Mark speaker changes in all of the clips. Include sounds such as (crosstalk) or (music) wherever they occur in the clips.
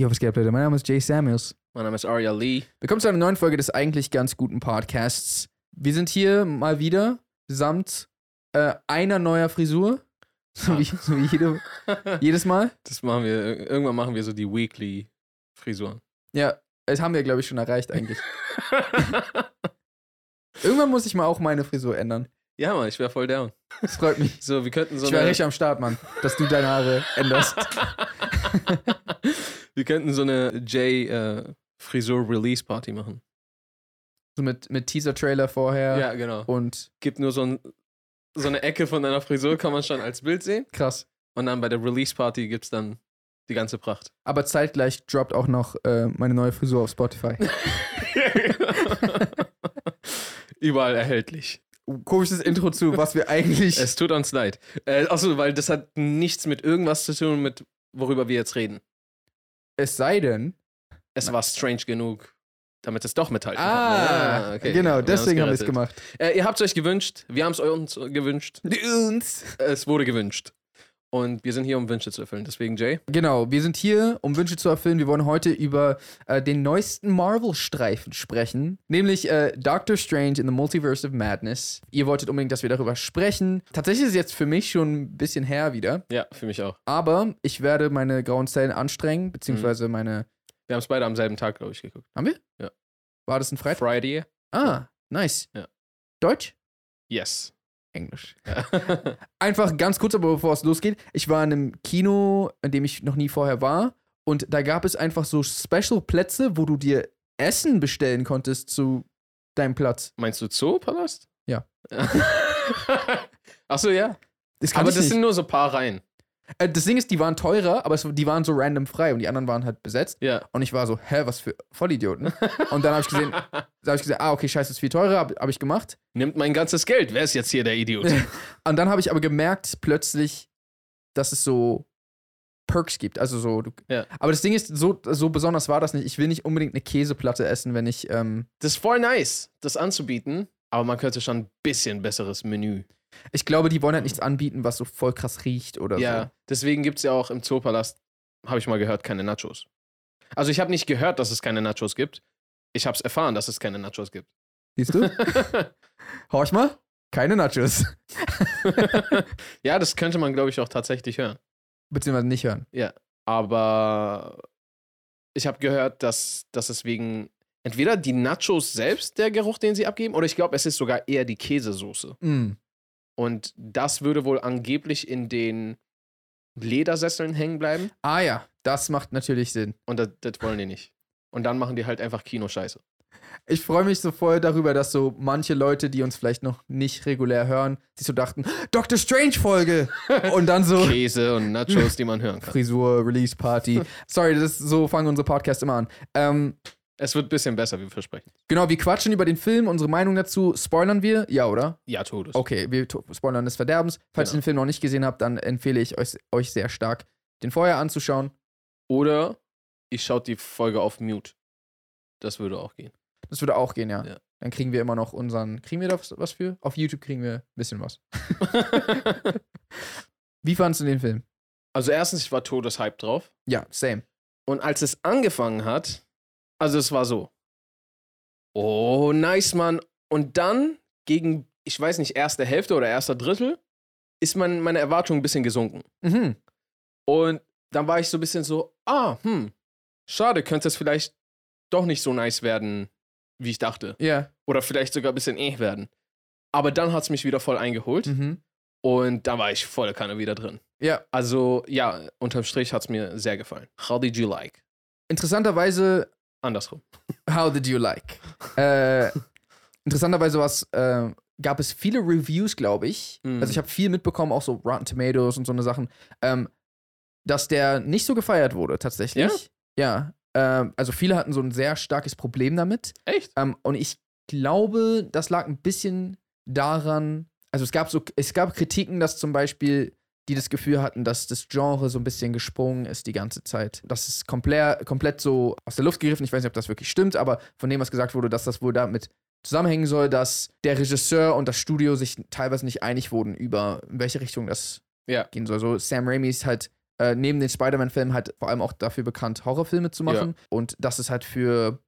Speaker 1: Yo, was geht, Leute? Mein Name ist Jay Samuels.
Speaker 2: Mein Name ist Arya Lee.
Speaker 1: Willkommen zu einer neuen Folge des eigentlich ganz guten Podcasts. Wir sind hier mal wieder samt äh, einer neuer Frisur. (laughs) So wie, so wie (laughs) jede, jedes Mal.
Speaker 2: Das machen wir, irgendwann machen wir so die Weekly-Frisuren.
Speaker 1: Ja, das haben wir, glaube ich, schon erreicht eigentlich. Irgendwann muss ich mal auch meine Frisur ändern.
Speaker 2: ja, Mann, ich wäre voll down.
Speaker 1: Das freut mich.
Speaker 2: So, wir könnten so
Speaker 1: Ich wäre
Speaker 2: eine,
Speaker 1: richtig am Start, Mann, dass du deine Haare änderst.
Speaker 2: wir könnten so eine J-Frisur-Release-Party machen.
Speaker 1: So mit, mit Teaser-Trailer vorher
Speaker 2: genau.
Speaker 1: und
Speaker 2: Gibt nur so, ein, so eine Ecke von deiner Frisur, kann man schon als Bild sehen.
Speaker 1: krass.
Speaker 2: Und dann bei der Release-Party gibt's dann die ganze (laughs) Pracht.
Speaker 1: Aber zeitgleich droppt auch noch äh, meine neue Frisur auf Spotify.
Speaker 2: Überall erhältlich.
Speaker 1: Komisches Intro zu, was wir eigentlich.
Speaker 2: Es tut uns leid. Äh, achso, weil das hat nichts mit irgendwas zu tun, mit worüber wir jetzt reden.
Speaker 1: es sei denn,
Speaker 2: Es war strange genug, damit es doch mithalten kann.
Speaker 1: Ah, genau, deswegen haben wir es
Speaker 2: gerettet.
Speaker 1: gemacht.
Speaker 2: Äh, ihr habt es euch gewünscht, wir haben es uns gewünscht,
Speaker 1: Uns.
Speaker 2: es wurde gewünscht. Und wir sind hier, um Wünsche zu erfüllen. Deswegen, Jay,
Speaker 1: Genau, wir sind hier, um Wünsche zu erfüllen. Wir wollen heute über äh, den neuesten Marvel-Streifen sprechen, nämlich äh, Doctor Strange in the Multiverse of Madness. Ihr wolltet unbedingt, dass wir darüber sprechen. Tatsächlich ist es jetzt für mich schon ein bisschen her wieder,
Speaker 2: ja, für mich auch.
Speaker 1: aber ich werde meine grauen Zellen anstrengen, beziehungsweise meine.
Speaker 2: Wir haben es beide am selben Tag, glaube ich, geguckt.
Speaker 1: Haben wir?
Speaker 2: Ja.
Speaker 1: War das ein Freitag?
Speaker 2: Friday?
Speaker 1: ah, nice.
Speaker 2: Ja.
Speaker 1: Deutsch?
Speaker 2: Yes.
Speaker 1: Englisch.
Speaker 2: Ja.
Speaker 1: einfach ganz kurz, aber bevor es losgeht, ich war in einem Kino, in dem ich noch nie vorher war. Und da gab es einfach so Special-Plätze, wo du dir Essen bestellen konntest zu deinem Platz.
Speaker 2: Meinst du Zoopalast? (laughs)
Speaker 1: Ja.
Speaker 2: Achso, ja.
Speaker 1: Das kann
Speaker 2: Aber
Speaker 1: ich
Speaker 2: das
Speaker 1: nicht.
Speaker 2: sind nur so ein paar Reihen.
Speaker 1: äh, das Ding ist, die waren teurer, aber es, die waren so random frei und die anderen waren halt besetzt.
Speaker 2: Ja.
Speaker 1: Und ich war so, hä, was für Vollidioten. Und dann habe
Speaker 2: (laughs)
Speaker 1: ich gesehen, da habe ich gesagt, ah, okay, scheiße, ist viel teurer, habe hab ich gemacht.
Speaker 2: Nimmt mein ganzes Geld. Wer ist jetzt hier der Idiot?
Speaker 1: Und dann habe ich aber gemerkt, plötzlich, dass es so Perks gibt. Also so. Du,
Speaker 2: Ja.
Speaker 1: Aber das Ding ist, so, so besonders war das nicht. Ich will nicht unbedingt eine Käseplatte essen, wenn ich. Ähm,
Speaker 2: Das ist voll nice, das anzubieten, aber man könnte schon ein bisschen besseres Menü.
Speaker 1: ich glaube, die wollen halt nichts anbieten, was so voll krass riecht oder
Speaker 2: ja,
Speaker 1: so.
Speaker 2: deswegen gibt es ja auch im Zoopalast, habe ich mal gehört, keine Nachos. Also ich habe nicht gehört, dass es keine Nachos gibt. Ich habe es erfahren, dass es keine Nachos gibt.
Speaker 1: Siehst du?
Speaker 2: (laughs)
Speaker 1: Horch mal. Keine Nachos.
Speaker 2: ja, das könnte man, glaube ich, auch tatsächlich hören.
Speaker 1: Beziehungsweise nicht hören.
Speaker 2: Aber ich habe gehört, dass, dass es wegen entweder die Nachos selbst der Geruch, den sie abgeben, oder ich glaube, es ist sogar eher die Käsesoße.
Speaker 1: Mm.
Speaker 2: Und das würde wohl angeblich in den Ledersesseln hängen bleiben.
Speaker 1: Ah ja, das macht natürlich Sinn.
Speaker 2: Und das, das wollen die nicht. Und dann machen die halt einfach Kinoscheiße.
Speaker 1: Ich freue mich so voll darüber, dass so manche Leute, die uns vielleicht noch nicht regulär hören, sich so dachten,
Speaker 2: (laughs)
Speaker 1: Doctor Strange-Folge! Und dann so.
Speaker 2: Käse und Nachos, die man hören kann.
Speaker 1: Frisur,
Speaker 2: (laughs)
Speaker 1: Release Party. Sorry, das ist, so fangen unsere Podcasts immer an. Ähm,
Speaker 2: Es wird ein bisschen besser, wir versprechen.
Speaker 1: genau, wir quatschen über den Film, unsere Meinung dazu. Spoilern wir? Ja, oder?
Speaker 2: Ja, Todes.
Speaker 1: Okay, wir to- spoilern des Verderbens.
Speaker 2: Genau.
Speaker 1: Falls ihr den Film noch nicht gesehen habt, dann empfehle ich euch, euch sehr stark, den vorher anzuschauen.
Speaker 2: Oder ich schaut die Folge auf Mute. Das würde auch gehen.
Speaker 1: Das würde auch gehen, ja.
Speaker 2: Ja.
Speaker 1: Dann kriegen wir immer noch unseren. Kriegen wir da was- was für? Auf YouTube kriegen wir ein bisschen was. Wie fandst du den Film?
Speaker 2: also erstens, ich war todeshype drauf.
Speaker 1: Ja, same.
Speaker 2: Und als es angefangen hat, also es war so. Oh, nice, Mann. Und dann gegen, ich weiß nicht, erste Hälfte oder erster Drittel, ist mein, meine Erwartung ein bisschen gesunken.
Speaker 1: Mhm.
Speaker 2: Und dann war ich so ein bisschen so, ah, hm, schade, könnte es vielleicht doch nicht so nice werden, wie ich dachte.
Speaker 1: Ja.
Speaker 2: Oder vielleicht sogar ein bisschen eh werden. Aber dann hat es mich wieder voll eingeholt
Speaker 1: Mhm.
Speaker 2: und da war ich volle Kanne wieder drin.
Speaker 1: Ja.
Speaker 2: Also, ja, unterm Strich hat es mir sehr gefallen. How did you like?
Speaker 1: Interessanterweise
Speaker 2: Andersrum.
Speaker 1: How did you like? äh, interessanterweise was, äh, gab es viele Reviews, glaube ich.
Speaker 2: Mhm.
Speaker 1: Also ich habe viel mitbekommen, auch so Rotten Tomatoes und so eine Sachen, ähm, dass der nicht so gefeiert wurde tatsächlich. Ja. Ähm, also viele hatten so ein sehr starkes Problem damit.
Speaker 2: Echt?
Speaker 1: Ähm, und ich glaube, das lag ein bisschen daran, also es gab so, es gab Kritiken, dass zum Beispiel die das Gefühl hatten, dass das Genre so ein bisschen gesprungen ist die ganze Zeit. Das ist komplett, komplett so aus der Luft gegriffen. Ich weiß nicht, ob das wirklich stimmt, aber von dem, was gesagt wurde, dass das wohl damit zusammenhängen soll, dass der Regisseur und das Studio sich teilweise nicht einig wurden über in welche Richtung das
Speaker 2: Ja.
Speaker 1: gehen soll. So Sam Raimi ist halt äh, neben den Spider-Man-Filmen halt vor allem auch dafür bekannt, Horrorfilme zu machen und das ist halt für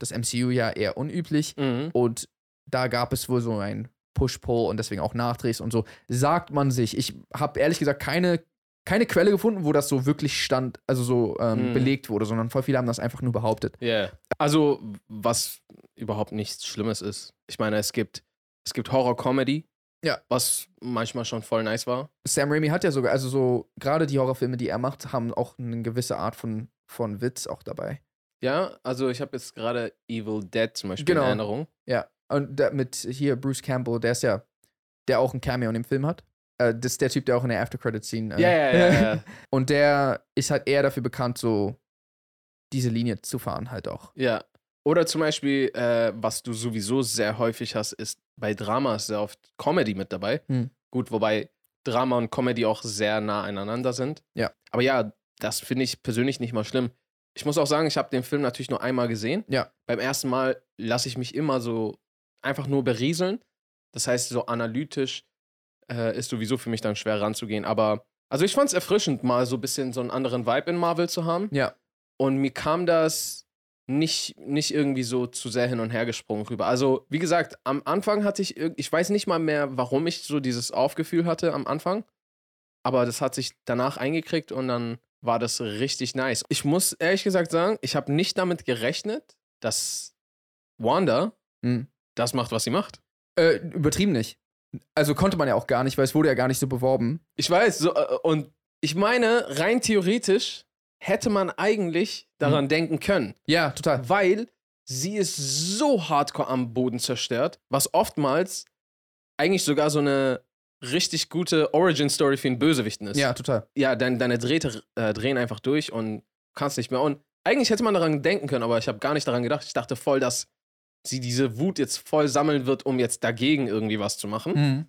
Speaker 1: das MCU ja eher unüblich
Speaker 2: Mhm.
Speaker 1: und da gab es wohl so ein Push-Pull und deswegen auch Nachdrehs und so, sagt man sich. Ich habe ehrlich gesagt keine, keine Quelle gefunden, wo das so wirklich stand, also so ähm,
Speaker 2: Mhm.
Speaker 1: belegt wurde, sondern voll viele haben das einfach nur behauptet.
Speaker 2: Yeah. Also, was überhaupt nichts Schlimmes ist. Ich meine, es gibt, es gibt Horror-Comedy,
Speaker 1: Ja.
Speaker 2: was manchmal schon voll nice war.
Speaker 1: Sam Raimi hat ja sogar, also so, gerade die Horrorfilme, die er macht, haben auch eine gewisse Art von, von Witz auch dabei.
Speaker 2: Ja, also ich habe jetzt gerade Evil Dead zum Beispiel
Speaker 1: Genau.
Speaker 2: in Erinnerung.
Speaker 1: Ja. Und da, mit hier Bruce Campbell, der ist ja, der auch ein Cameo in dem Film hat. Äh, das ist der Typ, der auch in der After-Credit-Scene. Äh,
Speaker 2: Ja, ja, ja, (laughs) ja.
Speaker 1: (laughs) Und der ist halt eher dafür bekannt, so diese Linie zu fahren, halt auch.
Speaker 2: ja. Oder zum Beispiel, äh, was du sowieso sehr häufig hast, ist bei Dramas sehr oft Comedy mit dabei.
Speaker 1: Hm.
Speaker 2: Gut, wobei Drama und Comedy auch sehr nah aneinander sind.
Speaker 1: Ja.
Speaker 2: Aber ja, das finde ich persönlich nicht mal schlimm. Ich muss auch sagen, ich habe den Film natürlich nur einmal gesehen.
Speaker 1: Ja.
Speaker 2: Beim ersten Mal lasse ich mich immer so einfach nur berieseln. Das heißt, so analytisch äh, ist sowieso für mich dann schwer ranzugehen. Aber also ich fand es erfrischend, mal so ein bisschen so einen anderen Vibe in Marvel zu haben.
Speaker 1: Ja.
Speaker 2: Und mir kam das nicht, nicht irgendwie so zu sehr hin und her gesprungen rüber. Also, wie gesagt, am Anfang hatte ich, irg- ich weiß nicht mal mehr, warum ich so dieses Aufgefühl hatte am Anfang, aber das hat sich danach eingekriegt und dann war das richtig nice. Ich muss ehrlich gesagt sagen, ich habe nicht damit gerechnet, dass Wanda
Speaker 1: Mhm.
Speaker 2: das macht, was sie macht.
Speaker 1: Äh, übertrieben nicht. Also konnte man ja auch gar nicht, weil es wurde ja gar nicht so beworben.
Speaker 2: Ich weiß, so, äh, und ich meine, rein theoretisch hätte man eigentlich daran denken können.
Speaker 1: Ja, total.
Speaker 2: weil sie ist so hardcore am Boden zerstört, was oftmals eigentlich sogar so eine richtig gute Origin-Story für einen Bösewichten ist.
Speaker 1: Ja, total.
Speaker 2: ja dein, deine Drähte äh, drehen einfach durch und kannst nicht mehr. Und eigentlich hätte man daran denken können, aber ich habe gar nicht daran gedacht. Ich dachte voll, dass sie diese Wut jetzt voll sammeln wird, um jetzt dagegen irgendwie was zu machen.
Speaker 1: Mhm.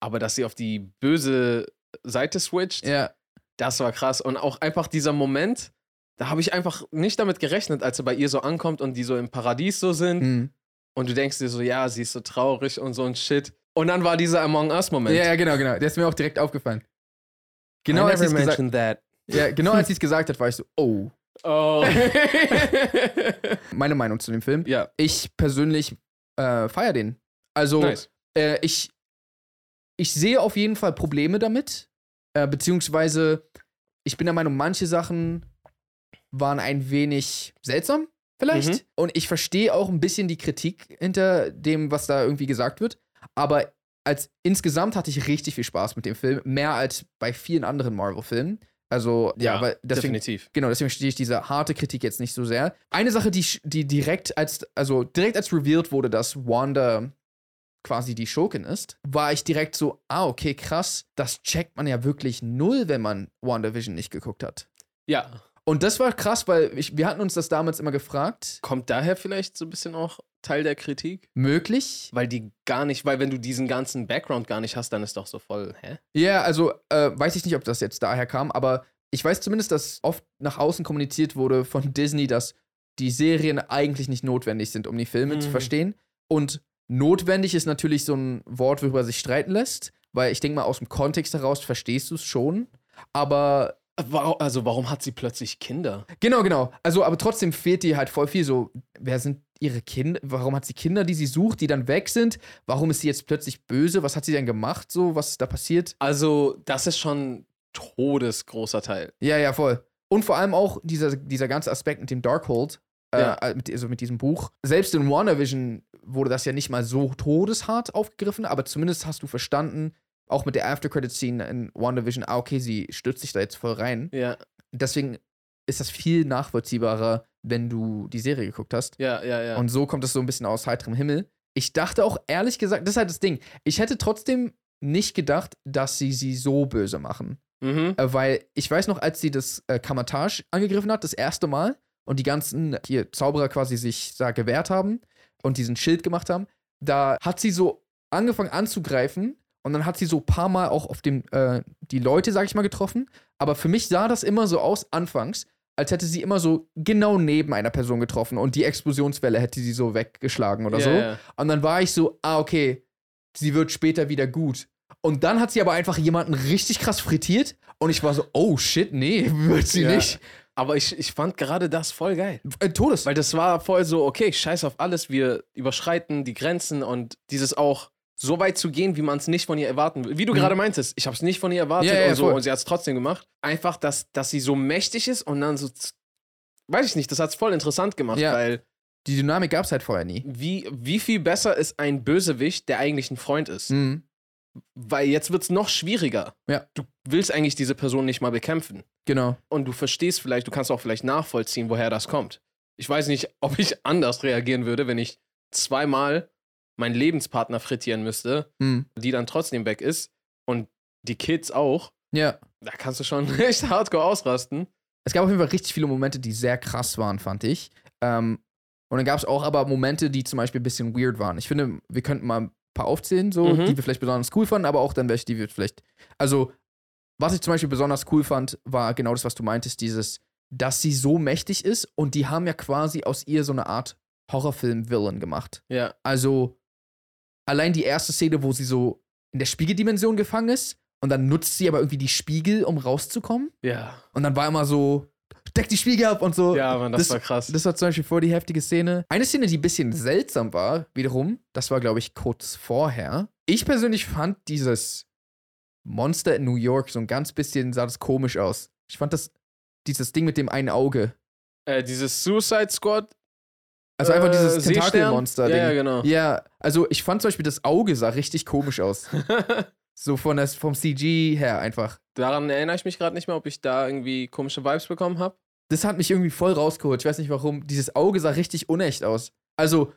Speaker 2: Aber dass sie auf die böse Seite switcht,
Speaker 1: Ja,
Speaker 2: das war krass. Und auch einfach dieser Moment, da habe ich einfach nicht damit gerechnet, als er bei ihr so ankommt und die so im Paradies so sind.
Speaker 1: mhm.
Speaker 2: Und du denkst dir so, ja, sie ist so traurig und so ein Shit. Und dann war dieser Among
Speaker 1: ja,
Speaker 2: Us-Moment.
Speaker 1: ja, genau, genau. Der ist mir auch direkt aufgefallen. Genau als sie es gesagt,
Speaker 2: that.
Speaker 1: ja, genau als sie's gesagt hat, war ich so, oh.
Speaker 2: Oh.
Speaker 1: (laughs)
Speaker 2: (laughs)
Speaker 1: Meine Meinung zu dem Film.
Speaker 2: ja,
Speaker 1: Ich persönlich äh, feiere den. Also,
Speaker 2: nice.
Speaker 1: äh, ich, ich sehe auf jeden Fall Probleme damit. Äh, beziehungsweise, ich bin der Meinung, manche Sachen waren ein wenig seltsam, vielleicht.
Speaker 2: Mhm.
Speaker 1: Und ich verstehe auch ein bisschen die Kritik hinter dem, was da irgendwie gesagt wird. Aber als insgesamt hatte ich richtig viel Spaß mit dem Film. Mehr als bei vielen anderen Marvel-Filmen. Also, ja,
Speaker 2: Ja,
Speaker 1: aber deswegen
Speaker 2: Definitiv.
Speaker 1: Genau, deswegen verstehe ich diese harte Kritik jetzt nicht so sehr. Eine Sache, die, sch- die direkt als, also direkt als revealed wurde, dass Wanda quasi die Schurkin ist, war ich direkt so, ah, okay, krass, das checkt man ja wirklich null, wenn man WandaVision nicht geguckt hat.
Speaker 2: Ja.
Speaker 1: Und das war krass, weil ich, wir hatten uns das damals immer gefragt.
Speaker 2: Kommt daher vielleicht so ein bisschen auch Teil der Kritik?
Speaker 1: Möglich?
Speaker 2: Weil die gar nicht, weil wenn du diesen ganzen Background gar nicht hast, dann ist doch so voll, hä?
Speaker 1: Ja, also äh, weiß ich nicht, ob das jetzt daher kam, aber ich weiß zumindest, dass oft nach außen kommuniziert wurde von (laughs) Disney, dass die Serien eigentlich nicht notwendig sind, um die Filme zu
Speaker 2: Mhm.
Speaker 1: verstehen. Und notwendig ist natürlich so ein Wort, worüber sich streiten lässt, weil ich denke mal, aus dem Kontext heraus verstehst du es schon. Aber
Speaker 2: Warum, also warum hat sie plötzlich Kinder?
Speaker 1: genau, genau. Also, aber trotzdem fehlt dir halt voll viel so, wer sind ihre Kinder? Warum hat sie Kinder, die sie sucht, die dann weg sind? Warum ist sie jetzt plötzlich böse? Was hat sie denn gemacht? So, was ist da passiert?
Speaker 2: Also, das ist schon todesgroßer Teil.
Speaker 1: Ja, ja, voll. Und vor allem auch dieser, dieser ganze Aspekt mit dem Darkhold, äh,
Speaker 2: Ja.
Speaker 1: äh, mit, also mit diesem Buch. Selbst in WandaVision wurde das ja nicht mal so todeshart aufgegriffen, aber zumindest hast du verstanden, auch mit der After-Credit-Scene in WandaVision, ah, okay, sie stürzt sich da jetzt voll rein.
Speaker 2: Ja,
Speaker 1: Deswegen ist das viel nachvollziehbarer, wenn du die Serie geguckt hast.
Speaker 2: ja, ja, ja.
Speaker 1: Und so kommt es so ein bisschen aus heiterem Himmel. Ich dachte auch ehrlich gesagt, das ist halt das Ding. Ich hätte trotzdem nicht gedacht, dass sie sie so böse machen.
Speaker 2: mhm.
Speaker 1: Äh, weil ich weiß noch, als sie das äh, Kamatage angegriffen hat, das erste Mal, und die ganzen hier Zauberer quasi sich da gewehrt haben und diesen Schild gemacht haben, da hat sie so angefangen anzugreifen und dann hat sie so ein paar Mal auch auf dem, äh, die Leute, sag ich mal, getroffen. Aber für mich sah das immer so aus, anfangs, als hätte sie immer so genau neben einer Person getroffen und die Explosionswelle hätte sie so weggeschlagen oder
Speaker 2: Ja,
Speaker 1: so.
Speaker 2: ja.
Speaker 1: Und dann war ich so, ah, okay, sie wird später wieder gut. Und dann hat sie aber einfach jemanden richtig krass frittiert und ich war so, oh shit, nee, (laughs) wird sie
Speaker 2: Ja.
Speaker 1: nicht.
Speaker 2: Aber ich, ich fand gerade das voll geil.
Speaker 1: Äh, Todes.
Speaker 2: Weil das war voll so, okay, scheiß auf alles, wir überschreiten die Grenzen und dieses auch so weit zu gehen, wie man es nicht von ihr erwarten will. Wie du
Speaker 1: Mhm.
Speaker 2: gerade meintest, ich habe es nicht von ihr erwartet
Speaker 1: Ja, ja, ja,
Speaker 2: und so
Speaker 1: voll.
Speaker 2: und sie hat es trotzdem gemacht. Einfach, dass, dass sie so mächtig ist und dann so, z- weiß ich nicht, das hat es voll interessant gemacht,
Speaker 1: Ja.
Speaker 2: weil
Speaker 1: die Dynamik gab es halt vorher nie.
Speaker 2: wie, wie viel besser ist ein Bösewicht, der eigentlich ein Freund ist?
Speaker 1: Mhm.
Speaker 2: Weil jetzt wird es noch schwieriger.
Speaker 1: Ja.
Speaker 2: Du willst eigentlich diese Person nicht mal bekämpfen.
Speaker 1: Genau.
Speaker 2: Und du verstehst vielleicht, du kannst auch vielleicht nachvollziehen, woher das kommt. Ich weiß nicht, ob ich (laughs) anders reagieren würde, wenn ich zweimal meinen Lebenspartner frittieren müsste,
Speaker 1: Mhm.
Speaker 2: die dann trotzdem weg ist und die Kids auch.
Speaker 1: Ja.
Speaker 2: Da kannst du schon (laughs) echt hardcore ausrasten.
Speaker 1: Es gab auf jeden Fall richtig viele Momente, die sehr krass waren, fand ich. Ähm, und dann gab es auch aber Momente, die zum Beispiel ein bisschen weird waren. Ich finde, wir könnten mal ein paar aufzählen, so,
Speaker 2: Mhm.
Speaker 1: die wir vielleicht besonders cool fanden, aber auch dann welche, die wir vielleicht. Also, was ich zum Beispiel besonders cool fand, war genau das, was du meintest: dieses, dass sie so mächtig ist und die haben ja quasi aus ihr so eine Art Horrorfilm-Villain gemacht.
Speaker 2: Ja.
Speaker 1: Also, allein die erste Szene, wo sie so in der Spiegeldimension gefangen ist und dann nutzt sie aber irgendwie die Spiegel, um rauszukommen.
Speaker 2: Ja.
Speaker 1: Und dann war immer so, deck die Spiegel ab und so.
Speaker 2: Ja, Mann, das,
Speaker 1: Oh, das-
Speaker 2: war krass.
Speaker 1: Das war zum Beispiel vor die heftige Szene. Eine Szene, die ein bisschen seltsam war, wiederum, das war, glaube ich, kurz vorher. Ich persönlich fand dieses Monster in New York so ein ganz bisschen, sah das komisch aus. Ich fand das, dieses Ding mit dem einen Auge.
Speaker 2: äh, dieses Suicide Squad.
Speaker 1: Also einfach
Speaker 2: äh,
Speaker 1: dieses
Speaker 2: Seestern.
Speaker 1: Tentakelmonster-Ding.
Speaker 2: Ja, ja, genau.
Speaker 1: Ja, also ich fand zum Beispiel das Auge sah richtig komisch
Speaker 2: (laughs)
Speaker 1: aus. so von das, vom CG her einfach.
Speaker 2: Daran erinnere ich mich gerade nicht mehr, ob ich da irgendwie komische Vibes bekommen habe.
Speaker 1: das hat mich irgendwie voll rausgeholt. Ich weiß nicht warum. Dieses Auge sah richtig unecht aus. Also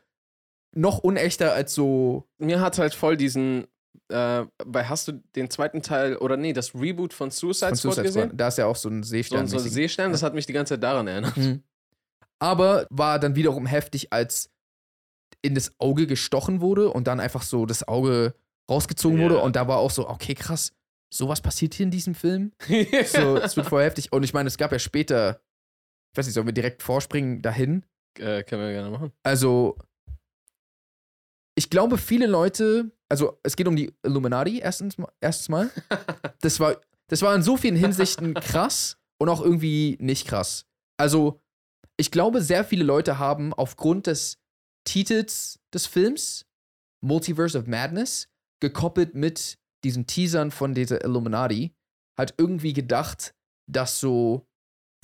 Speaker 1: noch unechter als so.
Speaker 2: mir hat halt voll diesen. Äh, bei hast du den zweiten Teil oder nee, das Reboot von Suicide,
Speaker 1: von
Speaker 2: Squad
Speaker 1: Suicide
Speaker 2: gesehen?
Speaker 1: Squad. Da ist ja auch so ein
Speaker 2: So ein
Speaker 1: Seestern.
Speaker 2: so ein Seestern, das hat mich die ganze Zeit daran erinnert.
Speaker 1: Hm. Aber war dann wiederum heftig, als in das Auge gestochen wurde und dann einfach so das Auge rausgezogen
Speaker 2: Ja.
Speaker 1: wurde. Und da war auch so, okay, krass, sowas passiert hier in diesem Film. (laughs) So, es wird voll heftig. Und ich meine, es gab ja später, ich weiß nicht, sollen wir direkt vorspringen dahin?
Speaker 2: (laughs) äh, können wir gerne machen.
Speaker 1: Also, ich glaube, viele Leute, also es geht um die Illuminati erstens, ma- erstens mal. Das war, das war in so vielen Hinsichten krass und auch irgendwie nicht krass. Also, ich glaube, sehr viele Leute haben aufgrund des Titels des Films, Multiverse of Madness, gekoppelt mit diesen Teasern von dieser Illuminati, hat irgendwie gedacht, dass so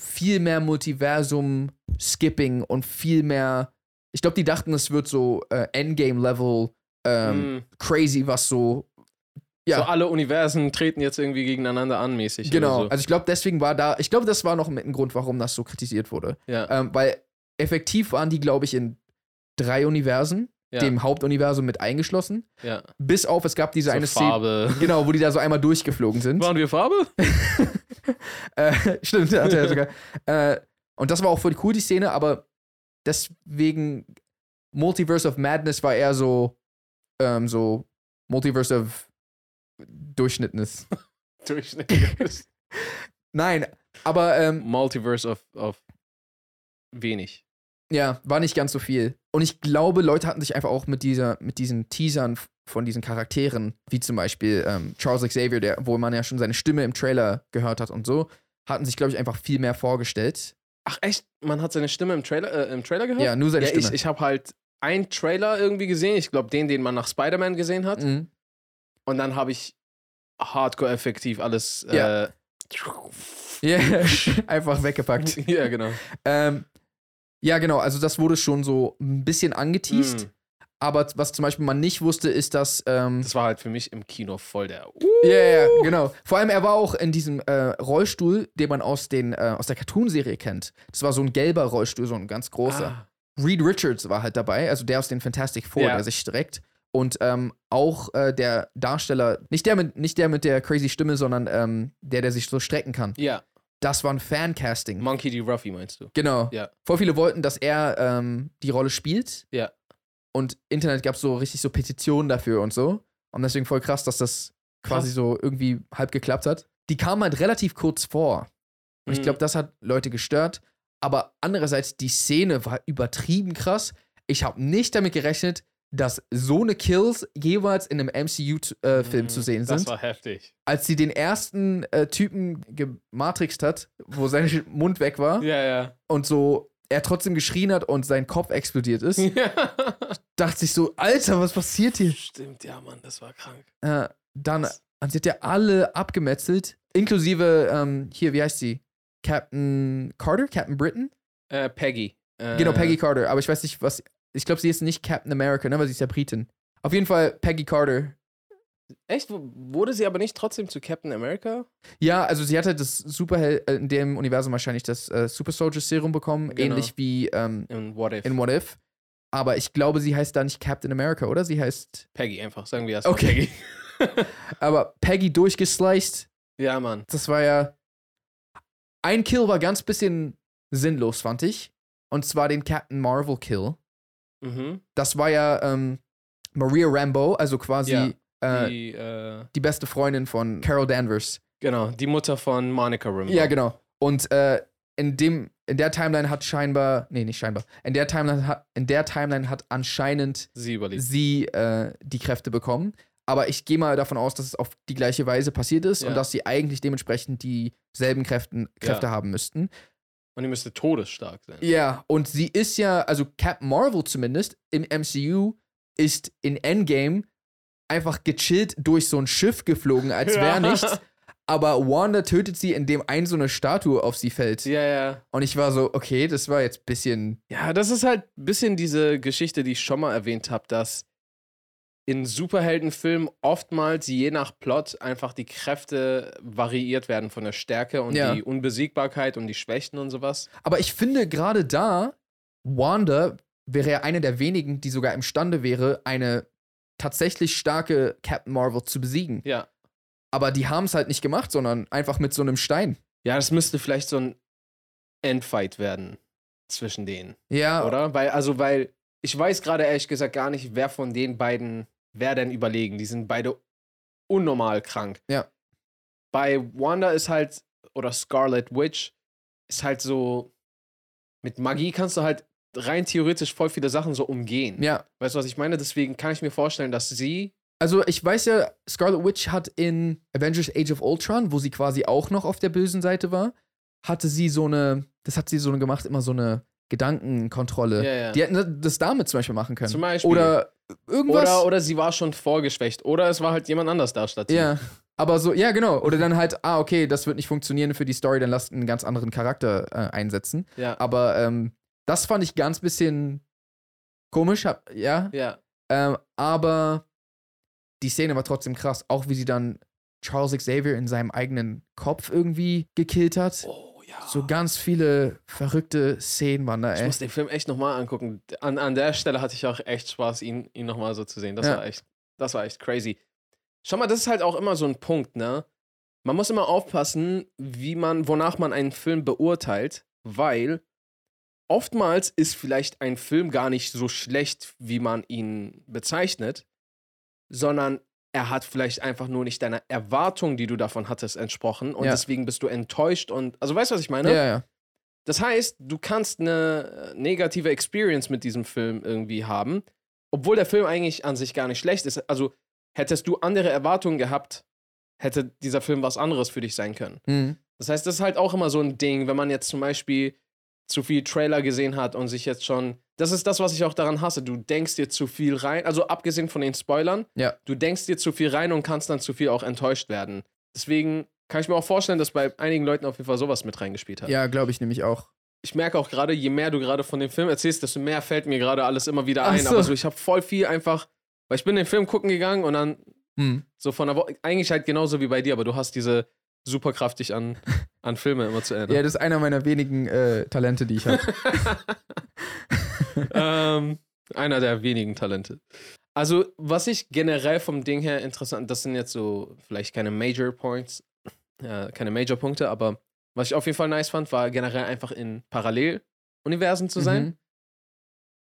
Speaker 1: viel mehr Multiversum-Skipping und viel mehr. Ich glaube, die dachten, es wird so äh, Endgame-Level ähm,
Speaker 2: Hm.
Speaker 1: crazy, was so. ja.
Speaker 2: So alle Universen treten jetzt irgendwie gegeneinander an, mäßig.
Speaker 1: genau.
Speaker 2: Oder so.
Speaker 1: Also ich glaube, deswegen war da. Ich glaube, das war noch mit ein Grund, warum das so kritisiert wurde.
Speaker 2: ja.
Speaker 1: Ähm, weil effektiv waren die, glaube ich, in drei Universen,
Speaker 2: ja.
Speaker 1: dem Hauptuniversum mit eingeschlossen.
Speaker 2: ja.
Speaker 1: Bis auf, es gab Äh, diese
Speaker 2: So
Speaker 1: eine Szene.
Speaker 2: Farbe.
Speaker 1: Genau, wo die da so einmal durchgeflogen sind.
Speaker 2: Waren wir
Speaker 1: (laughs)
Speaker 2: Farbe?
Speaker 1: Äh, (laughs) stimmt, hat er sogar. äh, und das war auch voll cool, die Szene, aber deswegen Multiverse of Madness war eher so, ähm, so Multiverse of
Speaker 2: (laughs)
Speaker 1: Durchschnittnis.
Speaker 2: Durchschnittliches.
Speaker 1: Nein, aber ähm,
Speaker 2: Multiverse of, of wenig.
Speaker 1: ja, war nicht ganz so viel. Und ich glaube, Leute hatten sich einfach auch mit dieser, mit diesen Teasern f- von diesen Charakteren, wie zum Beispiel ähm, Charles Xavier, der, wo man ja schon seine Stimme im Trailer gehört hat und so, hatten sich, glaube ich, einfach viel mehr vorgestellt.
Speaker 2: Ach echt? Man hat seine Stimme im Trailer, äh, im Trailer gehört?
Speaker 1: Ja, nur seine
Speaker 2: ja,
Speaker 1: Stimme.
Speaker 2: ich, ich habe halt einen Trailer irgendwie gesehen. Ich glaube, den, den man nach Spider-Man gesehen hat.
Speaker 1: mhm.
Speaker 2: Und dann habe ich hardcore effektiv alles. Äh, (laughs)
Speaker 1: Ja. (laughs)
Speaker 2: ja.
Speaker 1: Ja, (laughs) einfach weggepackt.
Speaker 2: ja, genau.
Speaker 1: Ähm, ja, genau, also das wurde schon so ein bisschen angeteased.
Speaker 2: Mm.
Speaker 1: Aber was zum Beispiel man nicht wusste, ist, dass. Ähm,
Speaker 2: Das war halt für mich im Kino voll der.
Speaker 1: ja, ja, ja, genau. Vor allem, er war auch in diesem äh, Rollstuhl, den man aus, den, äh, aus der Cartoonserie kennt. Das war so ein gelber Rollstuhl, so ein ganz großer.
Speaker 2: Ah.
Speaker 1: Reed Richards war halt dabei, also der aus den Fantastic Four,
Speaker 2: Ja.
Speaker 1: der sich streckt. Und ähm, auch äh, der Darsteller, nicht der, mit, nicht der mit der crazy Stimme, sondern ähm, der, der sich so strecken kann.
Speaker 2: Ja,
Speaker 1: Das war ein Fancasting.
Speaker 2: Monkey D. Ruffy meinst du?
Speaker 1: Genau.
Speaker 2: Ja.
Speaker 1: Voll viele wollten, dass er ähm, die Rolle spielt.
Speaker 2: Ja.
Speaker 1: Und Internet gab so richtig so Petitionen dafür und so. Und deswegen voll krass, dass das quasi
Speaker 2: Krass.
Speaker 1: so irgendwie halb geklappt hat. Die kamen halt relativ kurz vor. Und ich
Speaker 2: Mhm.
Speaker 1: glaube, das hat Leute gestört. Aber andererseits, die Szene war übertrieben krass. Ich habe nicht damit gerechnet, dass so eine Kills jeweils in einem MCU-Film zu
Speaker 2: Mm,
Speaker 1: sehen
Speaker 2: Mhm. das
Speaker 1: sind.
Speaker 2: war heftig.
Speaker 1: Als sie den ersten äh, Typen gematrixt hat, wo sein
Speaker 2: (laughs)
Speaker 1: Mund weg war
Speaker 2: Ja, ja.
Speaker 1: und so er trotzdem geschrien hat und sein Kopf explodiert ist, dachte ich so, Alter, was passiert
Speaker 2: (laughs)
Speaker 1: hier?
Speaker 2: Stimmt, ja, Mann, das war krank.
Speaker 1: Äh, dann, und sie hat ja alle abgemetzelt, inklusive, ähm, hier, wie heißt sie? Captain Carter? Captain Britain?
Speaker 2: Äh, Peggy. Äh,
Speaker 1: Genau, Peggy Carter, aber ich weiß nicht, was, ich glaube, sie ist nicht Captain America, ne, weil sie ist ja Britin. Auf jeden Fall Peggy Carter.
Speaker 2: Echt? W- Wurde sie aber nicht trotzdem zu Captain America?
Speaker 1: Ja, also sie hat halt das Superheld, äh, in dem Universum wahrscheinlich das äh, Super Soldier Serum bekommen,
Speaker 2: Genau.
Speaker 1: ähnlich wie ähm,
Speaker 2: In What If?
Speaker 1: in What If. Aber ich glaube, sie heißt da nicht Captain America, oder? Sie heißt,
Speaker 2: Peggy einfach, sagen wir erstmal
Speaker 1: Okay.
Speaker 2: Peggy. (laughs)
Speaker 1: aber Peggy durchgesliced,
Speaker 2: ja, Mann.
Speaker 1: das war ja. Ein Kill war ganz bisschen sinnlos, fand ich. Und zwar den Captain Marvel Kill.
Speaker 2: Mhm.
Speaker 1: Das war ja ähm, Maria Rambo, also quasi
Speaker 2: Ja,
Speaker 1: äh, die,
Speaker 2: die, äh,
Speaker 1: beste Freundin von Carol Danvers.
Speaker 2: genau, die Mutter von Monica Rambeau.
Speaker 1: Ja, genau. Und äh, in dem, in der Timeline hat scheinbar, nee, nicht scheinbar, in der Timeline hat, in der Timeline hat anscheinend
Speaker 2: Sie überlebt.
Speaker 1: sie äh, die Kräfte bekommen. Aber ich gehe mal davon aus, dass es auf die gleiche Weise passiert ist
Speaker 2: Ja.
Speaker 1: und dass sie eigentlich dementsprechend dieselben Kräften, Kräfte haben müssten.
Speaker 2: Und die müsste todesstark sein.
Speaker 1: Ja, und sie ist ja, also Cap Marvel zumindest im MCU ist in Endgame einfach gechillt durch so ein Schiff geflogen, als wäre
Speaker 2: (laughs) Ja.
Speaker 1: nichts. Aber Wanda tötet sie, indem ein so eine Statue auf sie fällt.
Speaker 2: Ja, ja.
Speaker 1: Und ich war so, okay, das war jetzt ein bisschen.
Speaker 2: Ja, das ist halt ein bisschen diese Geschichte, die ich schon mal erwähnt habe, dass in Superheldenfilmen oftmals je nach Plot einfach die Kräfte variiert werden von der Stärke und
Speaker 1: Ja.
Speaker 2: die Unbesiegbarkeit und die Schwächen und sowas.
Speaker 1: Aber ich finde gerade da, Wanda wäre ja eine der wenigen, die sogar imstande wäre, eine tatsächlich starke Captain Marvel zu besiegen.
Speaker 2: Ja.
Speaker 1: Aber die haben es halt nicht gemacht, sondern einfach mit so einem Stein.
Speaker 2: Ja, das müsste vielleicht so ein Endfight werden zwischen denen,
Speaker 1: Ja,
Speaker 2: oder? Weil, also, weil ich weiß gerade ehrlich gesagt gar nicht, wer von den beiden, wer denn überlegen. Die sind beide unnormal krank.
Speaker 1: Ja.
Speaker 2: Bei Wanda ist halt, oder Scarlet Witch, ist halt so, mit Magie kannst du halt rein theoretisch voll viele Sachen so umgehen.
Speaker 1: ja.
Speaker 2: Weißt du, was ich meine? Deswegen kann ich mir vorstellen, dass sie,
Speaker 1: Also ich weiß ja, Scarlet Witch hat in Avengers Age of Ultron, wo sie quasi auch noch auf der bösen Seite war, hatte sie so eine, das hat sie so eine gemacht, immer so eine Gedankenkontrolle.
Speaker 2: Ja, ja.
Speaker 1: Die hätten das damit zum Beispiel machen können.
Speaker 2: Zum Beispiel.
Speaker 1: Oder irgendwas.
Speaker 2: oder, oder sie war schon vorgeschwächt, oder es war halt jemand anders da statt sie.
Speaker 1: ja. Aber so, ja, genau. Oder dann halt, ah, okay, das wird nicht funktionieren für die Story, dann lasst einen ganz anderen Charakter äh, einsetzen.
Speaker 2: Ja.
Speaker 1: Aber ähm, das fand ich ganz bisschen komisch, hab, ja.
Speaker 2: ja.
Speaker 1: Ähm, aber die Szene war trotzdem krass, auch wie sie dann Charles Xavier in seinem eigenen Kopf irgendwie gekillt hat.
Speaker 2: Oh ja.
Speaker 1: So ganz viele verrückte Szenen waren da,
Speaker 2: Ich
Speaker 1: ey.
Speaker 2: muss den Film echt nochmal angucken. An, an der Stelle hatte ich auch echt Spaß, ihn, ihn nochmal so zu sehen. Das,
Speaker 1: Ja.
Speaker 2: war echt, das war echt crazy. Schau mal, das ist halt auch immer so ein Punkt, ne? Man muss immer aufpassen, wie man, wonach man einen Film beurteilt, weil oftmals ist vielleicht ein Film gar nicht so schlecht, wie man ihn bezeichnet, sondern er hat vielleicht einfach nur nicht deiner Erwartung, die du davon hattest, entsprochen. Und
Speaker 1: Ja.
Speaker 2: deswegen bist du enttäuscht und. Also weißt du, was ich meine?
Speaker 1: Ja, ja.
Speaker 2: Das heißt, du kannst eine äh, negative Experience mit diesem Film irgendwie haben, obwohl der Film eigentlich an sich gar nicht schlecht ist. Also hättest du andere Erwartungen gehabt, hätte dieser Film was anderes für dich sein können.
Speaker 1: Mhm.
Speaker 2: Das heißt, das ist halt auch immer so ein Ding, wenn man jetzt zum Beispiel zu viel Trailer gesehen hat und sich jetzt schon. Das ist das, was ich auch daran hasse. Du denkst dir zu viel rein, also abgesehen von den Spoilern,
Speaker 1: Ja.
Speaker 2: du denkst dir zu viel rein und kannst dann zu viel auch enttäuscht werden. Deswegen kann ich mir auch vorstellen, dass bei einigen Leuten auf jeden Fall sowas mit reingespielt hat
Speaker 1: ja glaube ich nämlich auch.
Speaker 2: ich merke auch gerade, je mehr du gerade von dem Film erzählst, desto mehr fällt mir gerade alles immer wieder
Speaker 1: Ach
Speaker 2: ein.
Speaker 1: so.
Speaker 2: Aber so, ich habe voll viel einfach, weil ich bin den Film gucken gegangen und dann
Speaker 1: Mhm.
Speaker 2: so von der Woche, eigentlich halt genauso wie bei dir, aber du hast diese Superkraft, dich
Speaker 1: (laughs)
Speaker 2: an, an Filme immer zu
Speaker 1: Ja,
Speaker 2: erinnern.
Speaker 1: das ist einer meiner wenigen äh, Talente, die ich habe.
Speaker 2: ähm, einer der wenigen Talente. Also, was ich generell vom Ding her interessant, das sind jetzt so vielleicht keine Major Points, äh, keine Major Punkte, aber was ich auf jeden Fall nice fand, war generell einfach in Paralleluniversen (laughs) zu sein.
Speaker 1: Mhm.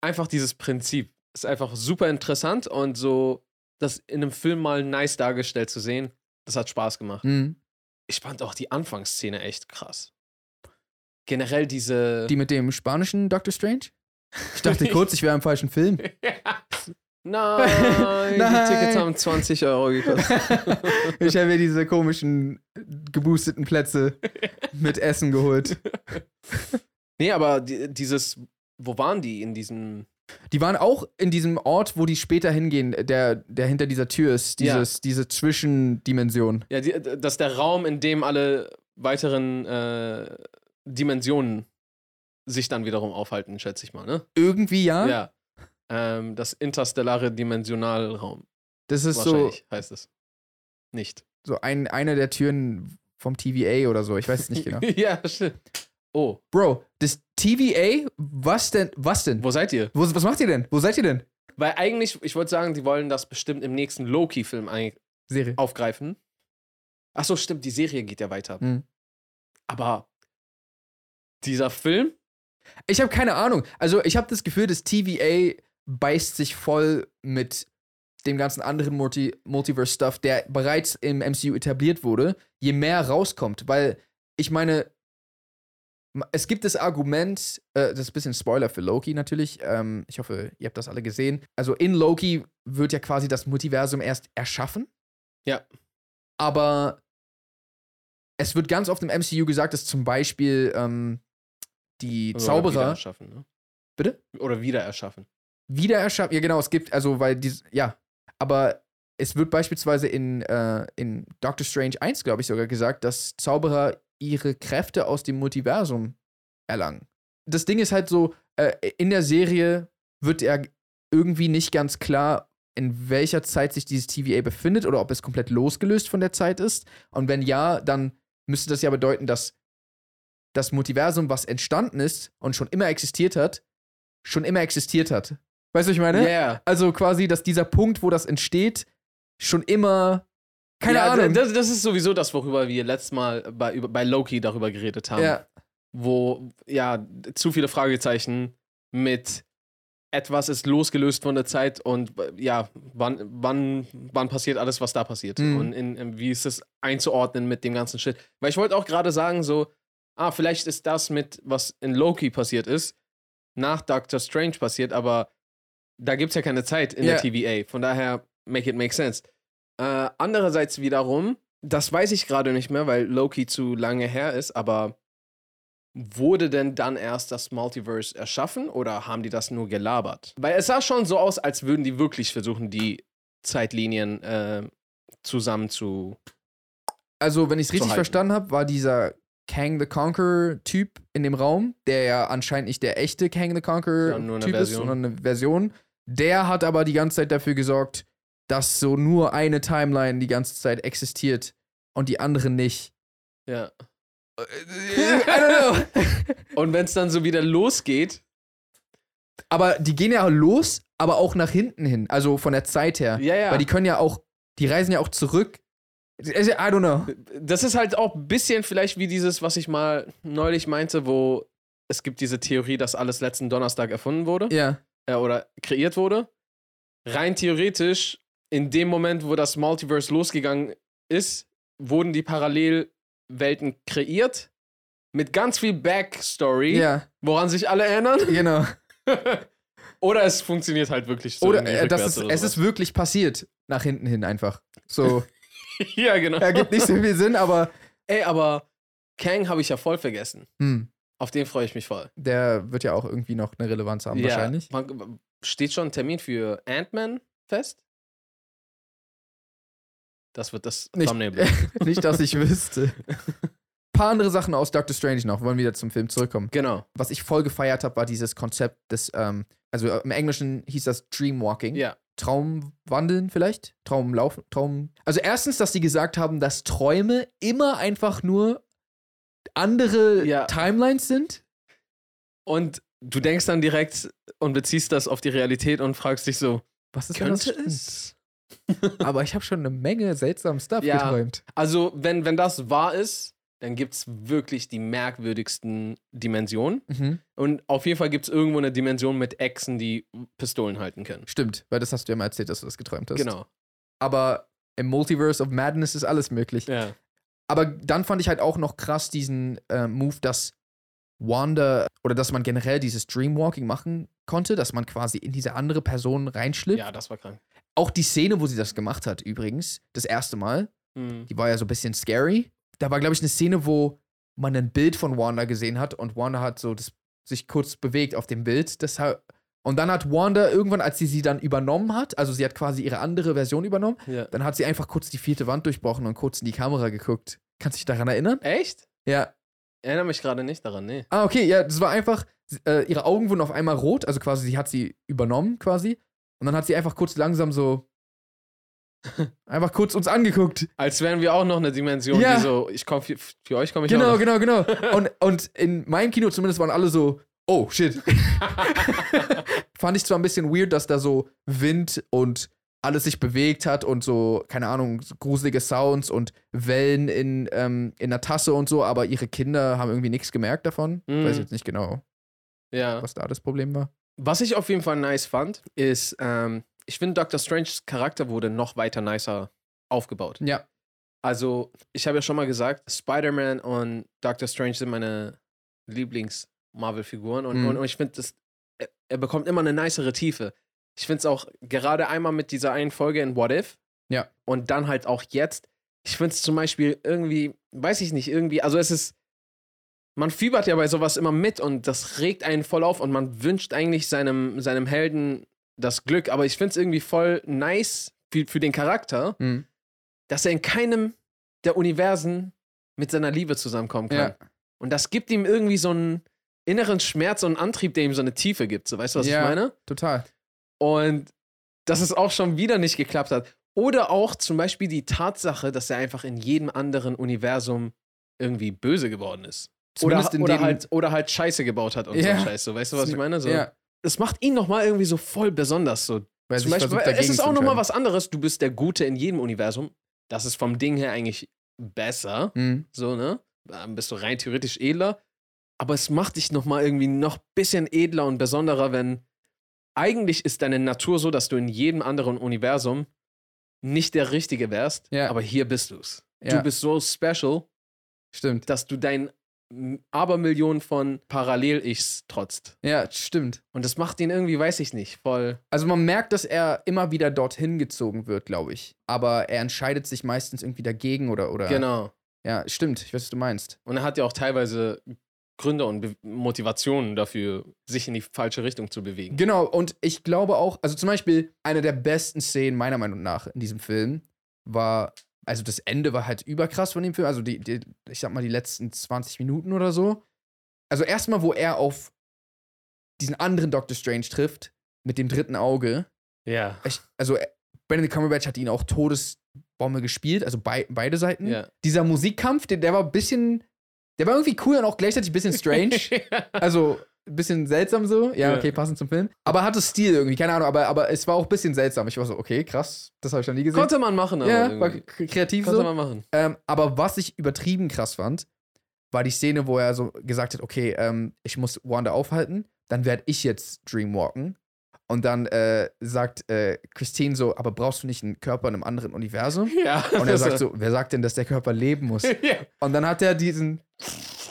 Speaker 2: einfach dieses Prinzip ist einfach super interessant und so das in einem Film mal nice dargestellt zu sehen, das hat Spaß gemacht.
Speaker 1: Mhm.
Speaker 2: Ich fand auch die Anfangsszene echt krass. Generell diese.
Speaker 1: Die mit dem spanischen Doctor Strange? Ich (laughs)
Speaker 2: (laughs)
Speaker 1: dachte kurz, ich wäre im falschen Film. (laughs)
Speaker 2: Nein,
Speaker 1: Nein.
Speaker 2: die Tickets haben 20 Euro gekostet.
Speaker 1: Ich habe mir diese komischen äh, geboosteten Plätze mit Essen geholt.
Speaker 2: Nee, aber die, dieses, wo waren die in diesem.
Speaker 1: Die waren auch in diesem Ort, wo die später hingehen, der, der hinter dieser Tür ist,
Speaker 2: Ja.
Speaker 1: dieses, diese Zwischendimension.
Speaker 2: Ja, die, das ist der Raum, in dem alle weiteren äh, Dimensionen sich dann wiederum aufhalten, schätze ich mal, ne?
Speaker 1: Irgendwie ja.
Speaker 2: Ja. Ähm, das interstellare Dimensionalraum.
Speaker 1: Das ist so,
Speaker 2: wahrscheinlich heißt es. Nicht.
Speaker 1: so ein, eine der Türen vom TVA oder so. Ich weiß es (laughs) nicht
Speaker 2: (laughs)
Speaker 1: genau.
Speaker 2: ja, stimmt. Oh,
Speaker 1: Bro, das TVA, was denn? Was denn?
Speaker 2: wo seid ihr?
Speaker 1: Wo, was macht ihr denn? Wo seid ihr denn?
Speaker 2: Weil eigentlich, ich wollte sagen, die wollen das bestimmt im nächsten Loki-Film ein-
Speaker 1: Serie.
Speaker 2: aufgreifen. Ach so, stimmt, die Serie geht ja weiter.
Speaker 1: Mhm.
Speaker 2: Aber dieser Film,
Speaker 1: Ich habe keine Ahnung. Also ich habe das Gefühl, das TVA beißt sich voll mit dem ganzen anderen Multi Multiverse-Stuff, der bereits im MCU etabliert wurde, je mehr rauskommt. Weil ich meine, m- es gibt das Argument, äh, das ist ein bisschen Spoiler für Loki natürlich. Ähm, ich hoffe, ihr habt das alle gesehen. Also in Loki wird ja quasi das Multiversum erst erschaffen.
Speaker 2: Ja.
Speaker 1: Aber es wird ganz oft im MCU gesagt, dass zum Beispiel ähm, die
Speaker 2: Oder Wieder
Speaker 1: Zauberer
Speaker 2: erschaffen, ne?
Speaker 1: Bitte?
Speaker 2: Oder wieder erschaffen.
Speaker 1: wieder erschaffen. Ja, genau, es gibt, also, weil dies, ja, aber es wird beispielsweise in, äh, in Doctor Strange 1, glaube ich, sogar gesagt, dass Zauberer ihre Kräfte aus dem Multiversum erlangen. Das Ding ist halt so, äh, in der Serie wird ja irgendwie nicht ganz klar, in welcher Zeit sich dieses TVA befindet oder ob es komplett losgelöst von der Zeit ist. Und wenn ja, dann müsste das ja bedeuten, dass das Multiversum, was entstanden ist und schon immer existiert hat, schon immer existiert hat. Weißt du, was ich meine?
Speaker 2: Yeah.
Speaker 1: Also quasi, dass dieser Punkt, wo das entsteht, schon immer. Keine
Speaker 2: ja,
Speaker 1: Ahnung.
Speaker 2: Das, das ist sowieso das, worüber wir letztes Mal bei, über, bei Loki darüber geredet haben.
Speaker 1: ja,
Speaker 2: Wo, ja, zu viele Fragezeichen mit etwas ist losgelöst von der Zeit und äh, ja, wann, wann, wann passiert alles, was da passiert?
Speaker 1: Mhm.
Speaker 2: Und in, in, wie ist es einzuordnen mit dem ganzen Shit? Weil ich wollte auch gerade sagen, so, ah, vielleicht ist das mit, was in Loki passiert ist, nach Doctor Strange passiert, aber da gibt es ja keine Zeit in
Speaker 1: Ja.
Speaker 2: der TVA. Von daher, make it make sense. Äh, andererseits wiederum, das weiß ich gerade nicht mehr, weil Loki zu lange her ist, aber wurde denn dann erst das Multiverse erschaffen oder haben die das nur gelabert? Weil es sah schon so aus, als würden die wirklich versuchen, die Zeitlinien äh, zusammen zu.
Speaker 1: also wenn ich es
Speaker 2: zu
Speaker 1: richtig
Speaker 2: halten.
Speaker 1: verstanden habe, war dieser Kang the Conqueror-Typ in dem Raum, der ja anscheinend nicht der echte Kang the
Speaker 2: Ja, nur eine
Speaker 1: Conqueror-Typ ist,
Speaker 2: Version.
Speaker 1: sondern eine Version. Der hat aber die ganze Zeit dafür gesorgt, dass so nur eine Timeline die ganze Zeit existiert und die andere nicht.
Speaker 2: Ja.
Speaker 1: I don't know.
Speaker 2: (laughs) Und wenn es dann so wieder losgeht,
Speaker 1: Aber die gehen ja los, aber auch nach hinten hin, also von der Zeit her.
Speaker 2: ja, ja.
Speaker 1: Weil die können ja auch, die reisen ja auch zurück. Also, I don't know.
Speaker 2: das ist halt auch ein bisschen vielleicht wie dieses, was ich mal neulich meinte, wo es gibt diese Theorie, dass alles letzten Donnerstag erfunden wurde
Speaker 1: Ja.
Speaker 2: äh, oder kreiert wurde. Rein theoretisch, in dem Moment, wo das Multiverse losgegangen ist, wurden die Parallelwelten kreiert mit ganz viel Backstory,
Speaker 1: Ja,
Speaker 2: woran sich alle erinnern. (laughs)
Speaker 1: genau.
Speaker 2: Oder es funktioniert halt wirklich so.
Speaker 1: Oder
Speaker 2: irgendwie
Speaker 1: äh, das
Speaker 2: rückwärts
Speaker 1: ist,
Speaker 2: oder
Speaker 1: es
Speaker 2: sowas.
Speaker 1: ist wirklich passiert. Nach hinten hin einfach. So,
Speaker 2: (laughs)
Speaker 1: (laughs)
Speaker 2: ja, genau.
Speaker 1: ergibt nicht so viel Sinn, aber
Speaker 2: Ey, aber Kang habe ich ja voll vergessen.
Speaker 1: hm,
Speaker 2: Auf den freue ich mich voll.
Speaker 1: der wird ja auch irgendwie noch eine Relevanz haben,
Speaker 2: Ja.
Speaker 1: wahrscheinlich.
Speaker 2: Wann- steht schon ein Termin für Ant-Man fest? Das wird das
Speaker 1: Nicht-
Speaker 2: Thumbnail. bleiben.
Speaker 1: (laughs) nicht, dass
Speaker 2: (laughs)
Speaker 1: ich wüsste. Paar andere Sachen aus Doctor Strange noch, wollen wieder zum Film zurückkommen.
Speaker 2: Genau.
Speaker 1: Was ich voll gefeiert habe, war dieses Konzept des, ähm, also äh, im Englischen hieß das Dreamwalking.
Speaker 2: Ja.
Speaker 1: Traumwandeln vielleicht? Traumlaufen? Traum. Also erstens, dass sie gesagt haben, dass Träume immer einfach nur andere
Speaker 2: Ja.
Speaker 1: Timelines sind.
Speaker 2: Und du denkst dann direkt und beziehst das auf die Realität und fragst dich so,
Speaker 1: Was ist denn das?
Speaker 2: könnte
Speaker 1: für ein-
Speaker 2: es?
Speaker 1: Aber ich habe schon eine Menge seltsamen Stuff
Speaker 2: Ja.
Speaker 1: geträumt.
Speaker 2: Also, wenn, wenn das wahr ist, dann gibt es wirklich die merkwürdigsten Dimensionen.
Speaker 1: Mhm.
Speaker 2: Und auf jeden Fall gibt es irgendwo eine Dimension mit Echsen, die Pistolen halten können.
Speaker 1: Stimmt, weil das hast du ja mal erzählt, dass du das geträumt hast.
Speaker 2: Genau.
Speaker 1: Aber im Multiverse of Madness ist alles möglich.
Speaker 2: Ja.
Speaker 1: Aber dann fand ich halt auch noch krass diesen äh, Move, dass Wanda oder dass man generell dieses Dreamwalking machen konnte, dass man quasi in diese andere Person reinschlüpft.
Speaker 2: Ja, das war krank.
Speaker 1: Auch die Szene, wo sie das gemacht hat, übrigens, das erste Mal,
Speaker 2: Hm.
Speaker 1: die war ja so ein bisschen scary. Da war, glaube ich, eine Szene, wo man ein Bild von Wanda gesehen hat und Wanda hat so das, sich kurz bewegt auf dem Bild. Das, ha- und dann hat Wanda irgendwann, als sie sie dann übernommen hat, also sie hat quasi ihre andere Version übernommen,
Speaker 2: Ja.
Speaker 1: dann hat sie einfach kurz die vierte Wand durchbrochen und kurz in die Kamera geguckt. Kannst du dich daran erinnern?
Speaker 2: Echt?
Speaker 1: Ja.
Speaker 2: Erinnere mich gerade nicht daran, nee.
Speaker 1: Ah, okay, ja, das war einfach, äh, ihre Augen wurden auf einmal rot, also quasi sie hat sie übernommen quasi. Und dann hat sie einfach kurz
Speaker 2: (laughs)
Speaker 1: langsam so, einfach kurz uns angeguckt.
Speaker 2: Als wären wir auch noch eine Dimension,
Speaker 1: Ja.
Speaker 2: die so, ich komm, für, für euch komme ich
Speaker 1: Genau,
Speaker 2: auch noch. (laughs)
Speaker 1: genau, genau. Und, und in meinem Kino zumindest waren alle so,
Speaker 2: (laughs)
Speaker 1: oh shit. Fand ich zwar ein bisschen weird, dass da so Wind und alles sich bewegt hat und so, keine Ahnung, so gruselige Sounds und Wellen in, ähm, in der Tasse und so, aber ihre Kinder haben irgendwie nichts gemerkt davon.
Speaker 2: Mhm.
Speaker 1: Weiß jetzt nicht genau,
Speaker 2: Ja.
Speaker 1: was da das Problem war.
Speaker 2: Was ich auf jeden Fall nice fand, ist, ähm, ich finde, Dr. Strange's Charakter wurde noch weiter nicer aufgebaut.
Speaker 1: Ja.
Speaker 2: Also, ich habe ja schon mal gesagt, Spider-Man und Doctor Strange sind meine Lieblings-Marvel-Figuren und,
Speaker 1: Mhm.
Speaker 2: und, und ich finde, das- er, er bekommt immer eine nicere Tiefe. Ich finde es auch gerade einmal mit dieser einen Folge in What If
Speaker 1: Ja.
Speaker 2: und dann halt auch jetzt. Ich finde es zum Beispiel irgendwie, weiß ich nicht, irgendwie, also es ist, man fiebert ja bei sowas immer mit und das regt einen voll auf und man wünscht eigentlich seinem, seinem Helden das Glück, aber ich finde es irgendwie voll nice für, für den Charakter,
Speaker 1: Mhm.
Speaker 2: dass er in keinem der Universen mit seiner Liebe zusammenkommen kann.
Speaker 1: Ja.
Speaker 2: Und das gibt ihm irgendwie so einen inneren Schmerz und einen Antrieb, der ihm so eine Tiefe gibt. So, weißt du, was
Speaker 1: Ja.
Speaker 2: ich meine?
Speaker 1: Total.
Speaker 2: Und dass es auch schon wieder nicht geklappt hat. Oder auch zum Beispiel die Tatsache, dass er einfach in jedem anderen Universum irgendwie böse geworden ist. Oder,
Speaker 1: Zumindest in
Speaker 2: oder,
Speaker 1: dem-
Speaker 2: halt, oder halt Scheiße gebaut hat und
Speaker 1: Ja.
Speaker 2: so Scheiße. Weißt du, was ich meine? So,
Speaker 1: Ja.
Speaker 2: Das macht ihn nochmal irgendwie so voll besonders. So,
Speaker 1: Weil
Speaker 2: zum
Speaker 1: sich
Speaker 2: Beispiel,
Speaker 1: versucht,
Speaker 2: es
Speaker 1: dagegen
Speaker 2: ist
Speaker 1: zu
Speaker 2: auch nochmal
Speaker 1: entscheiden.
Speaker 2: was anderes. Du bist der Gute in jedem Universum. Das ist vom Ding her eigentlich besser.
Speaker 1: Mhm.
Speaker 2: So, ne? Dann bist du rein theoretisch edler. Aber es macht dich nochmal irgendwie noch bisschen edler und besonderer, wenn eigentlich ist deine Natur so, dass du in jedem anderen Universum nicht der Richtige wärst.
Speaker 1: Ja.
Speaker 2: Aber hier bist du's.
Speaker 1: Ja,
Speaker 2: Du bist so special,
Speaker 1: stimmt.
Speaker 2: dass du dein m, Abermillionen von Parallel-Ichs trotzt.
Speaker 1: Ja, stimmt.
Speaker 2: Und das macht ihn irgendwie, weiß ich nicht, voll.
Speaker 1: Also man merkt, dass er immer wieder dorthin gezogen wird, glaube ich. Aber er entscheidet sich meistens irgendwie dagegen oder oder.
Speaker 2: Genau.
Speaker 1: Ja, stimmt. Ich weiß, was du meinst.
Speaker 2: Und er hat ja auch teilweise Gründe und Be Motivationen dafür, sich in die falsche Richtung zu bewegen.
Speaker 1: Genau. Und ich glaube auch, also zum Beispiel eine der besten Szenen meiner Meinung nach in diesem Film war, also das Ende war halt überkrass von dem Film. Also die, die ich sag mal die letzten 20 Minuten oder so. Also erstmal, wo er auf diesen anderen Doctor Strange trifft mit dem dritten Auge.
Speaker 2: Ja.
Speaker 1: Ich, also äh, Benedict Cumberbatch hat ihn auch Todesbombe gespielt, also bei, beide Seiten.
Speaker 2: Ja.
Speaker 1: dieser Musikkampf, der, der war ein bisschen, der war irgendwie cool und auch gleichzeitig ein bisschen
Speaker 2: (laughs)
Speaker 1: strange. (laughs) also ein bisschen seltsam so. Ja,
Speaker 2: Ja.
Speaker 1: okay, passend zum Film. Aber hatte Stil irgendwie, keine Ahnung, aber, aber es war auch ein bisschen seltsam. Ich war so, okay, krass, das habe ich noch nie gesehen.
Speaker 2: Konnte man machen, aber
Speaker 1: ja, war
Speaker 2: irgendwie.
Speaker 1: k- kreativ
Speaker 2: Konnte
Speaker 1: so.
Speaker 2: man machen.
Speaker 1: Ähm, aber was ich übertrieben krass fand, war die Szene, wo er so gesagt hat, okay, ähm, ich muss Wanda aufhalten, dann werde ich jetzt Dreamwalken. Und dann äh, sagt äh, Christine so, aber brauchst du nicht einen Körper in einem anderen Universum?
Speaker 2: (laughs) Ja.
Speaker 1: Und er sagt so, wer sagt denn, dass der Körper leben muss?
Speaker 2: ja.
Speaker 1: Und dann hat er diesen,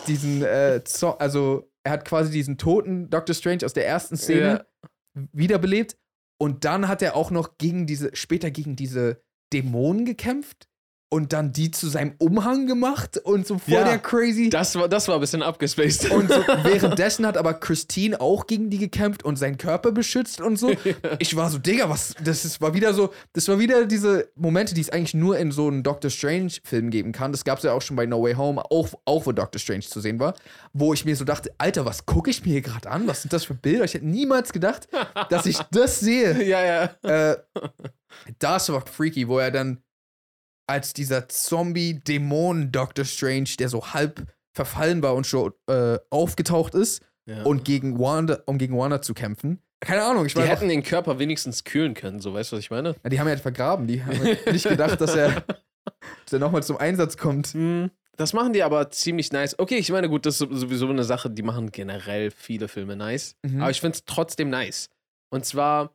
Speaker 1: diesen, äh, Zo also er hat quasi diesen toten Doctor Strange aus der ersten Szene wiederbelebt. Und dann hat er auch noch gegen diese, später gegen diese Dämonen gekämpft und dann die zu seinem Umhang gemacht und so voll
Speaker 2: Ja.
Speaker 1: der crazy.
Speaker 2: Das war, das war ein bisschen abgespaced.
Speaker 1: (laughs) und so, währenddessen hat aber Christine auch gegen die gekämpft und seinen Körper beschützt und so. Ich war so, Digga, was, das ist, war wieder so, das war wieder diese Momente, die es eigentlich nur in so einem Doctor Strange-Film geben kann. Das gab es ja auch schon bei No Way Home, auch, auch wo Doctor Strange zu sehen war, wo ich mir so dachte, Alter, was gucke ich mir hier gerade an? Was sind das für Bilder? Ich hätte niemals gedacht, dass ich das
Speaker 2: (laughs)
Speaker 1: sehe.
Speaker 2: ja, ja.
Speaker 1: Äh, das war freaky, wo er dann als dieser Zombie-Dämon-Doctor Strange, der so halb verfallen war und schon äh, aufgetaucht ist,
Speaker 2: ja.
Speaker 1: und gegen Wanda, um gegen Wanda zu kämpfen. Keine Ahnung, ich
Speaker 2: die
Speaker 1: war einfach-
Speaker 2: hätten den Körper wenigstens kühlen können, so weißt du, was ich meine?
Speaker 1: Na, die haben ja vergraben. Die
Speaker 2: (laughs)
Speaker 1: haben nicht gedacht, dass er, dass er nochmal zum Einsatz kommt.
Speaker 2: Hm, Das machen die aber ziemlich nice. Okay, ich meine, gut, das ist sowieso eine Sache, die machen generell viele Filme nice.
Speaker 1: Mhm.
Speaker 2: Aber ich finde es trotzdem nice. Und zwar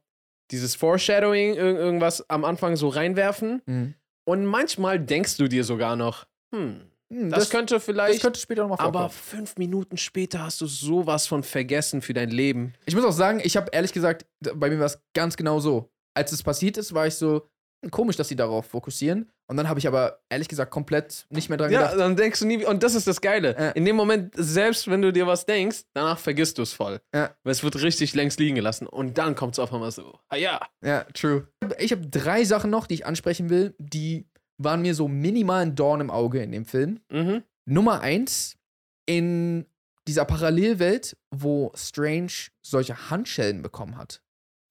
Speaker 2: dieses Foreshadowing, ir irgendwas am Anfang so reinwerfen.
Speaker 1: Mhm.
Speaker 2: Und manchmal denkst du dir sogar noch, hm,
Speaker 1: Hm,
Speaker 2: Das, könnte vielleicht.
Speaker 1: das könnte später nochmal vorkommen.
Speaker 2: aber fünf Minuten später hast du sowas von vergessen für dein Leben.
Speaker 1: Ich muss auch sagen, ich habe ehrlich gesagt, d- bei mir war es ganz genau so. Als es passiert ist, war ich so, hm, komisch, dass sie darauf fokussieren. Und dann habe ich aber ehrlich gesagt komplett nicht mehr dran
Speaker 2: Ja,
Speaker 1: gedacht.
Speaker 2: dann denkst du nie, und das ist das Geile.
Speaker 1: Ja.
Speaker 2: In dem Moment, selbst wenn du dir was denkst, danach vergisst du es voll.
Speaker 1: Ja.
Speaker 2: Weil es wird richtig längst liegen gelassen. Und dann kommt es auf einmal so, ah ja.
Speaker 1: Ja, true. Ich habe drei Sachen noch, die ich ansprechen will, die waren mir so minimal ein Dorn im Auge in dem Film.
Speaker 2: Mhm.
Speaker 1: Nummer eins, in dieser Parallelwelt, wo Strange solche Handschellen bekommen hat.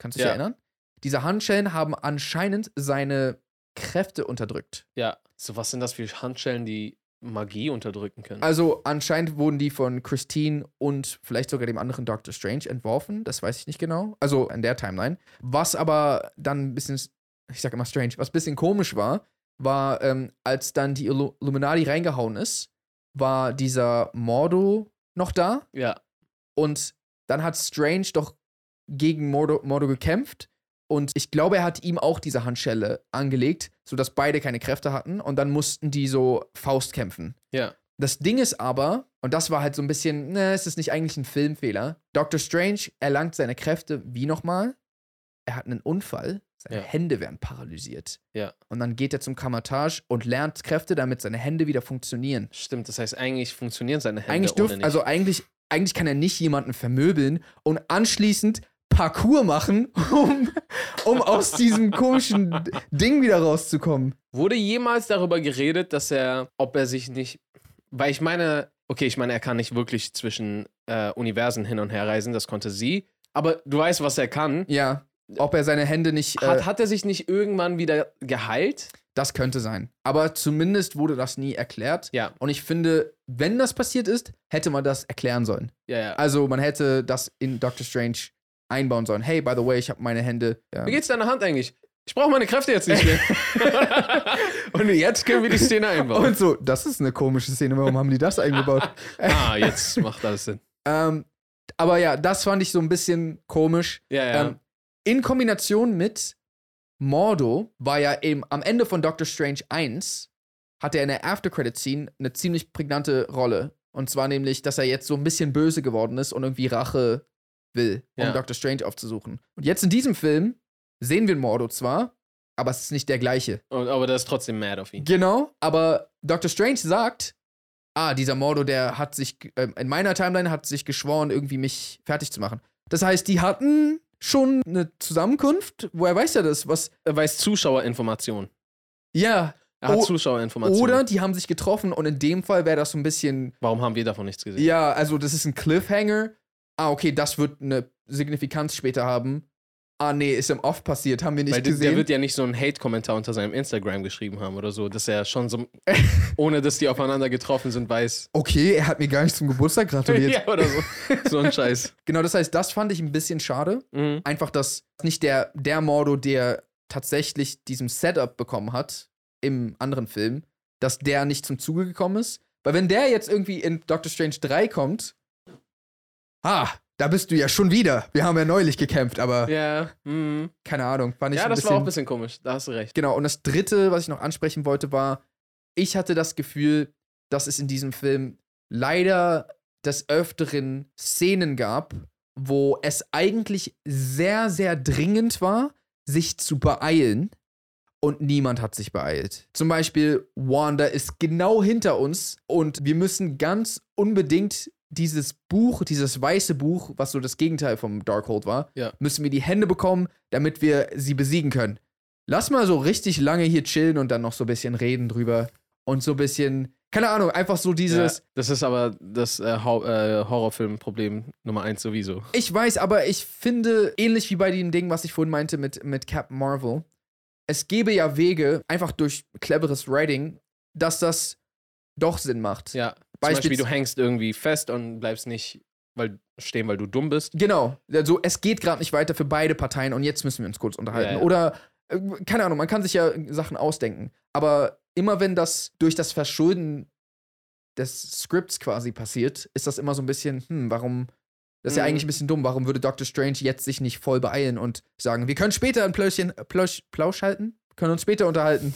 Speaker 1: Kannst du dich
Speaker 2: Ja.
Speaker 1: erinnern? Diese Handschellen haben anscheinend seine Kräfte unterdrückt.
Speaker 2: Ja. So, was sind das für Handschellen, die Magie unterdrücken können?
Speaker 1: Also anscheinend wurden die von Christine und vielleicht sogar dem anderen Doctor Strange entworfen. Das weiß ich nicht genau. Also in der Timeline. Was aber dann ein bisschen, ich sag immer strange, was ein bisschen komisch war, war, ähm, als dann die Illu- Illuminati reingehauen ist, war dieser Mordo noch da.
Speaker 2: ja.
Speaker 1: Und dann hat Strange doch gegen Mordo, Mordo gekämpft. Und ich glaube, er hat ihm auch diese Handschelle angelegt, sodass beide keine Kräfte hatten. Und dann mussten die so Faust kämpfen.
Speaker 2: Ja.
Speaker 1: Das Ding ist aber, und das war halt so ein bisschen, ne, es ist nicht eigentlich ein Filmfehler. Doctor Strange erlangt seine Kräfte wie nochmal? Er hat einen Unfall, seine
Speaker 2: Ja.
Speaker 1: Hände werden paralysiert.
Speaker 2: Ja.
Speaker 1: Und dann geht er zum Kamatage und lernt Kräfte, damit seine Hände wieder funktionieren.
Speaker 2: Stimmt, das heißt, eigentlich funktionieren seine Hände
Speaker 1: Eigentlich
Speaker 2: ohne
Speaker 1: dürft,
Speaker 2: nicht.
Speaker 1: also eigentlich, eigentlich kann er nicht jemanden vermöbeln und anschließend Parcours machen, (laughs) um, um aus diesem komischen D- Ding wieder rauszukommen.
Speaker 2: Wurde jemals darüber geredet, dass er, ob er sich nicht. Weil ich meine, okay, ich meine, er kann nicht wirklich zwischen äh, Universen hin und her reisen, das konnte sie. Aber du weißt, was er kann.
Speaker 1: Ja. Ob er seine Hände nicht. äh,
Speaker 2: Hat, hat er sich nicht irgendwann wieder geheilt?
Speaker 1: Das könnte sein. Aber zumindest wurde das nie erklärt.
Speaker 2: Ja,
Speaker 1: Und ich finde, wenn das passiert ist, hätte man das erklären sollen.
Speaker 2: ja, ja.
Speaker 1: Also man hätte das in Doctor Strange einbauen sollen. Hey, by the way, ich habe meine Hände. Ja.
Speaker 2: Wie geht's deiner Hand eigentlich? Ich brauche meine Kräfte jetzt nicht
Speaker 1: (laughs)
Speaker 2: mehr. und jetzt können wir die Szene einbauen.
Speaker 1: Und so, das ist eine komische Szene. Warum haben die das eingebaut?
Speaker 2: ah, jetzt macht alles Sinn.
Speaker 1: ähm, aber ja, das fand ich so ein bisschen komisch.
Speaker 2: Ja, ja.
Speaker 1: Ähm, in Kombination mit Mordo war ja eben am Ende von Doctor Strange 1 hat er in der After-Credit-Scene eine ziemlich prägnante Rolle. Und zwar nämlich, dass er jetzt so ein bisschen böse geworden ist und irgendwie Rache will, um
Speaker 2: Ja.
Speaker 1: Doctor Strange aufzusuchen. Und jetzt in diesem Film sehen wir Mordo zwar, aber es ist nicht der gleiche.
Speaker 2: und, aber der ist trotzdem mad auf ihn.
Speaker 1: Genau, aber Doctor Strange sagt, ah, dieser Mordo, der hat sich, ähm, in meiner Timeline hat sich geschworen, irgendwie mich fertig zu machen. Das heißt, die hatten schon eine Zusammenkunft. Woher weiß er das? Was?
Speaker 2: Er weiß Zuschauerinformationen.
Speaker 1: Ja.
Speaker 2: Er hat
Speaker 1: O-
Speaker 2: Zuschauerinformationen.
Speaker 1: Oder die haben sich getroffen und in dem Fall wäre das so ein bisschen,
Speaker 2: Warum haben wir davon nichts gesehen?
Speaker 1: ja, also das ist ein Cliffhanger. Ah, okay, das wird eine Signifikanz später haben. Ah, nee, ist im Off passiert, haben wir nicht
Speaker 2: Weil der,
Speaker 1: gesehen.
Speaker 2: der wird ja nicht so einen Hate-Kommentar unter seinem Instagram geschrieben haben oder so, dass er schon so, ohne dass die aufeinander getroffen sind, weiß.
Speaker 1: okay, er hat mir gar nicht zum Geburtstag
Speaker 2: (laughs)
Speaker 1: gratuliert.
Speaker 2: Ja, oder so. So ein Scheiß.
Speaker 1: Genau, das heißt, das fand ich ein bisschen schade.
Speaker 2: Mhm.
Speaker 1: einfach, dass nicht der, der Mordo, der tatsächlich diesem Setup bekommen hat im anderen Film, dass der nicht zum Zuge gekommen ist. Weil wenn der jetzt irgendwie in Doctor Strange 3 kommt, ah, da bist du ja schon wieder. Wir haben ja neulich gekämpft, aber
Speaker 2: Ja, mhm.
Speaker 1: keine Ahnung, fand ich
Speaker 2: ja
Speaker 1: ein
Speaker 2: das
Speaker 1: bisschen,
Speaker 2: war auch ein bisschen komisch. Da hast du recht.
Speaker 1: Genau, und das dritte, was ich noch ansprechen wollte, war, ich hatte das Gefühl, dass es in diesem Film leider des Öfteren Szenen gab, wo es eigentlich sehr, sehr dringend war, sich zu beeilen. Und niemand hat sich beeilt. Zum Beispiel, Wanda ist genau hinter uns und wir müssen ganz unbedingt dieses Buch, dieses weiße Buch, was so das Gegenteil vom Darkhold war,
Speaker 2: Ja.
Speaker 1: müssen wir die Hände bekommen, damit wir sie besiegen können. Lass mal so richtig lange hier chillen und dann noch so ein bisschen reden drüber und so ein bisschen, keine Ahnung, einfach so dieses,
Speaker 2: ja, das ist aber das äh, Hau- äh, Horrorfilm-Problem Nummer eins sowieso.
Speaker 1: Ich weiß, aber ich finde, ähnlich wie bei dem Ding, was ich vorhin meinte mit, mit Captain Marvel, es gäbe ja Wege, einfach durch cleveres Writing, dass das doch Sinn macht.
Speaker 2: Ja.
Speaker 1: Beispiels-
Speaker 2: Zum Beispiel, du hängst irgendwie fest und bleibst nicht weil, stehen, weil du dumm bist.
Speaker 1: Genau. Also es geht gerade nicht weiter für beide Parteien und jetzt müssen wir uns kurz unterhalten.
Speaker 2: Ja, ja.
Speaker 1: Oder, äh, keine Ahnung, man kann sich ja Sachen ausdenken. Aber immer wenn das durch das Verschulden des Skripts quasi passiert, ist das immer so ein bisschen, hm, warum. Das ist ja
Speaker 2: Mhm.
Speaker 1: eigentlich ein bisschen dumm. Warum würde Doctor Strange jetzt sich nicht voll äh,
Speaker 2: (laughs)
Speaker 1: beeilen und sagen, wir können später ein Plöschchen, Plösch, Plausch halten? Können uns später unterhalten.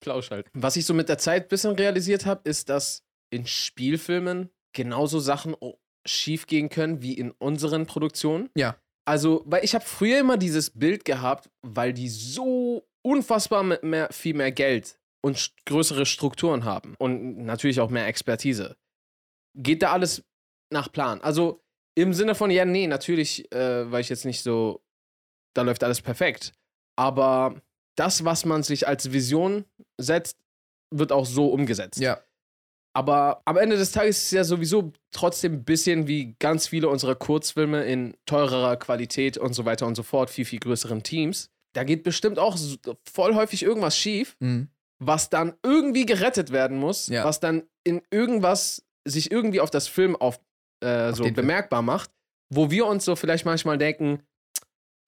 Speaker 3: Plausch halt.
Speaker 2: Was ich so mit der Zeit ein bisschen realisiert habe, ist, dass in Spielfilmen genauso Sachen o- schief gehen können wie in unseren Produktionen.
Speaker 1: Ja.
Speaker 2: Also, weil ich habe früher immer dieses Bild gehabt, weil die so unfassbar mit mehr, viel mehr Geld und st- größere Strukturen haben und natürlich auch mehr Expertise. Geht da alles nach Plan? Also im Sinne von, ja, nee, natürlich, äh, weil ich jetzt nicht so, da läuft alles perfekt. Aber das, was man sich als Vision setzt, wird auch so umgesetzt.
Speaker 1: Ja.
Speaker 2: Aber am Ende des Tages ist es ja sowieso trotzdem ein bisschen wie ganz viele unserer Kurzfilme in teurerer Qualität und so weiter und so fort, viel, viel größeren Teams. Da geht bestimmt auch so- voll häufig irgendwas schief,
Speaker 1: Mhm.
Speaker 2: was dann irgendwie gerettet werden muss,
Speaker 1: Ja.
Speaker 2: was dann in irgendwas sich irgendwie auf das Film auf, äh, so
Speaker 1: den Film.
Speaker 2: bemerkbar macht, wo wir uns so vielleicht manchmal denken,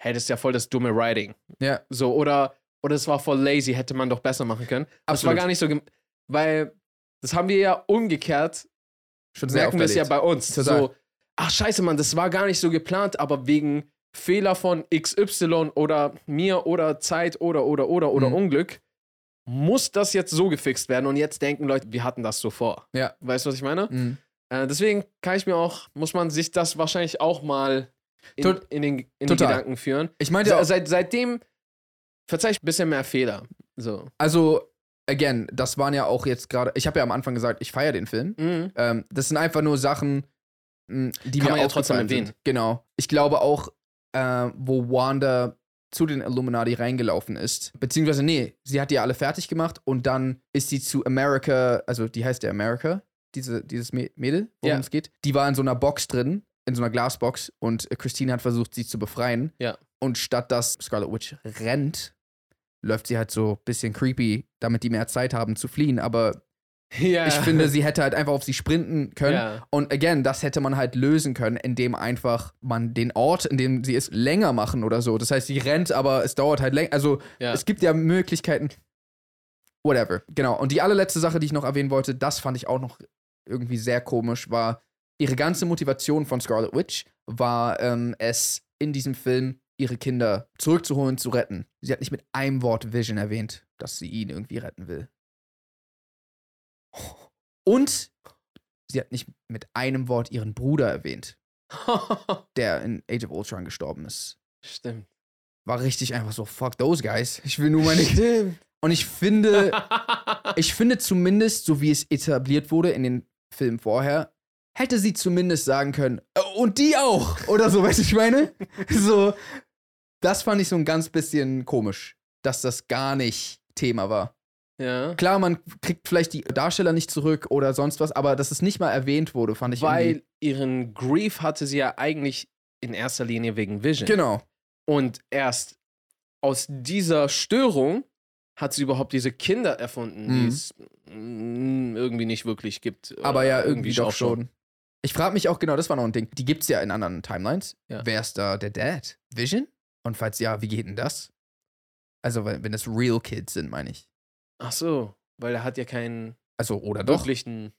Speaker 2: hey, das ist ja voll das dumme Writing.
Speaker 1: Ja.
Speaker 2: So, oder, oder es war voll lazy, hätte man doch besser machen können. Aber es war
Speaker 1: Absolut.
Speaker 2: gar nicht so, gem- weil das haben wir ja umgekehrt,
Speaker 1: Schon sehr
Speaker 2: merken wir es ja
Speaker 1: auferlegt.
Speaker 2: bei uns.
Speaker 1: Total.
Speaker 2: So, ach scheiße, Mann, das war gar nicht so geplant, aber wegen Fehler von XY oder mir oder Zeit oder oder oder oder
Speaker 1: Mhm.
Speaker 2: Unglück muss das jetzt so gefixt werden und jetzt denken Leute, wir hatten das so vor.
Speaker 1: Ja.
Speaker 2: Weißt du, was ich meine?
Speaker 1: Mhm.
Speaker 2: Äh, deswegen kann ich mir auch, muss man sich das wahrscheinlich auch mal in,
Speaker 1: Tot-
Speaker 2: in, den, in die
Speaker 1: total.
Speaker 2: Gedanken führen.
Speaker 1: Ich meinte, also,
Speaker 2: So,
Speaker 1: auch-
Speaker 2: seit, seitdem verzeih ich ein bisschen mehr Fehler. So.
Speaker 1: also, again, das waren ja auch jetzt gerade, ich habe ja am Anfang gesagt, ich feiere den Film.
Speaker 2: Mhm.
Speaker 1: Ähm, das sind einfach nur Sachen, mh, die
Speaker 2: Kann
Speaker 1: mir
Speaker 2: man ja
Speaker 1: aufgefallen
Speaker 2: trotzdem erwähnen.
Speaker 1: Sind. Genau. Ich glaube auch, äh, wo Wanda zu den Illuminati reingelaufen ist. Beziehungsweise, nee, sie hat die alle fertig gemacht und dann ist sie zu America, also die heißt ja America, diese, dieses Mä- Mädel, worum
Speaker 2: Ja.
Speaker 1: es geht. Die war in so einer Box drin, in so einer Glasbox und äh, Christine hat versucht, sie zu befreien.
Speaker 2: Ja.
Speaker 1: Und statt dass Scarlet Witch rennt, läuft sie halt so ein bisschen creepy, damit die mehr Zeit haben zu fliehen. Aber
Speaker 2: (laughs) Ja. (laughs)
Speaker 1: ich finde, sie hätte halt einfach auf sie sprinten können.
Speaker 2: Ja.
Speaker 1: Und again, das hätte man halt lösen können, indem einfach man den Ort, in dem sie ist, länger machen oder so. Das heißt, sie rennt, aber es dauert halt länger. Also
Speaker 2: Ja.
Speaker 1: es gibt ja Möglichkeiten. Whatever. Genau. Und die allerletzte Sache, die ich noch erwähnen wollte, das fand ich auch noch irgendwie sehr komisch, war ihre ganze Motivation von Scarlet Witch war ähm, es in diesem Film ihre Kinder zurückzuholen, zu retten. Sie hat nicht mit einem Wort Vision erwähnt, dass sie ihn irgendwie retten will. Und sie hat nicht mit einem Wort ihren Bruder erwähnt, der in Age of Ultron gestorben ist.
Speaker 2: Stimmt.
Speaker 1: War richtig einfach so, fuck those guys. Ich will nur meine.
Speaker 2: (laughs)
Speaker 1: (laughs)
Speaker 2: Stimmt.
Speaker 1: Und ich finde, ich finde zumindest, so wie es etabliert wurde in den Filmen vorher, hätte sie zumindest sagen können, "Äh, und die auch. Oder so, weißt du, ich meine? (laughs) So, das fand ich so ein ganz bisschen komisch, dass das gar nicht Thema war.
Speaker 2: ja.
Speaker 1: Klar, man kriegt vielleicht die Darsteller nicht zurück oder sonst was, aber dass es nicht mal erwähnt wurde, fand ich irgendwie-
Speaker 2: Weil ihren Grief hatte sie ja eigentlich in erster Linie wegen Vision.
Speaker 1: Genau.
Speaker 2: Und erst aus dieser Störung hat sie überhaupt diese Kinder erfunden,
Speaker 1: Mhm.
Speaker 2: die es mm, irgendwie nicht wirklich gibt. äh,
Speaker 1: Aber ja,
Speaker 2: Oder
Speaker 1: irgendwie doch
Speaker 2: auch
Speaker 1: schon. Ich frage mich auch genau, das war noch ein Ding. Die gibt's ja in anderen Timelines.
Speaker 2: Ja.
Speaker 1: Wer ist da der Dad? Vision? Und falls ja, wie geht denn das? Also, wenn, wenn das Real Kids sind, meine ich.
Speaker 2: Ach so, weil er hat ja keinen
Speaker 1: Also, oder doch.
Speaker 2: wirklichen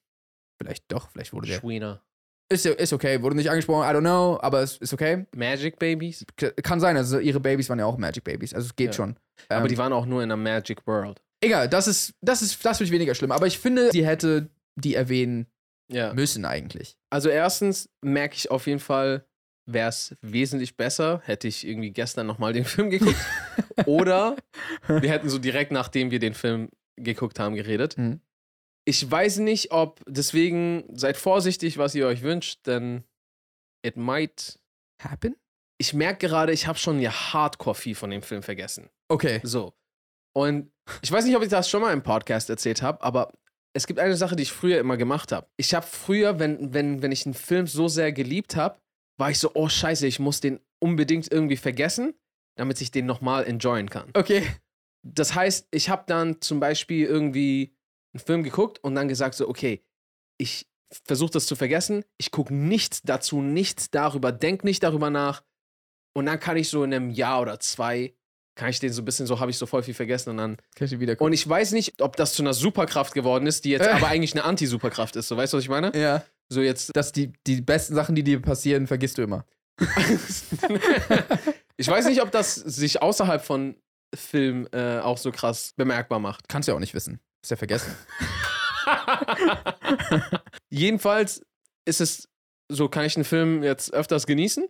Speaker 1: Vielleicht doch, vielleicht wurde der.
Speaker 2: Schwiner.
Speaker 1: Ist, ja- ist okay, wurde nicht angesprochen, I don't know, aber es ist okay.
Speaker 2: Magic Babies?
Speaker 1: K- Kann sein, also ihre Babys waren ja auch Magic Babies, also es geht
Speaker 2: Ja.
Speaker 1: schon.
Speaker 2: Aber
Speaker 1: Ähm,
Speaker 2: die waren auch nur in der Magic World.
Speaker 1: egal, das ist, das ist, das finde ich weniger schlimm, aber ich finde, sie hätte die erwähnen
Speaker 2: Ja.
Speaker 1: müssen eigentlich.
Speaker 2: Also erstens merke ich auf jeden Fall, wäre es wesentlich besser, hätte ich irgendwie gestern nochmal den (laughs) Film geguckt. Oder wir hätten so direkt, nachdem wir den Film geguckt haben, geredet.
Speaker 1: Mhm.
Speaker 2: Ich weiß nicht, ob, deswegen seid vorsichtig, was ihr euch wünscht, denn it might.
Speaker 1: Happen?
Speaker 2: Ich merke gerade, ich habe schon ja hardcore viel von dem Film vergessen.
Speaker 1: Okay.
Speaker 2: So. Und ich weiß nicht, ob ich das schon mal im Podcast erzählt habe, aber es gibt eine Sache, die ich früher immer gemacht habe. Ich habe früher, wenn, wenn, wenn ich einen Film so sehr geliebt habe, war ich so, oh scheiße, ich muss den unbedingt irgendwie vergessen, damit ich den nochmal enjoyen kann.
Speaker 1: Okay.
Speaker 2: Das heißt, ich habe dann zum Beispiel irgendwie einen Film geguckt und dann gesagt so, okay, ich versuche das zu vergessen, ich gucke nichts dazu, nichts darüber, denk nicht darüber nach und dann kann ich so in einem Jahr oder zwei, kann ich den so ein bisschen so, habe ich so voll viel vergessen und dann
Speaker 1: Kannst du wieder
Speaker 2: und ich weiß nicht, ob das zu einer Superkraft geworden ist, die jetzt
Speaker 1: Äh.
Speaker 2: aber eigentlich eine Anti-Superkraft ist, so weißt du, was ich meine?
Speaker 1: Ja.
Speaker 2: So
Speaker 1: (laughs)
Speaker 2: jetzt
Speaker 1: dass die, die besten Sachen, die dir passieren, vergisst du immer.
Speaker 2: ich weiß nicht, ob das sich außerhalb von Film äh, auch so krass bemerkbar macht.
Speaker 1: Kannst du ja auch nicht wissen. Ist ja vergessen.
Speaker 2: Jedenfalls ist es so, kann ich den Film jetzt öfters genießen,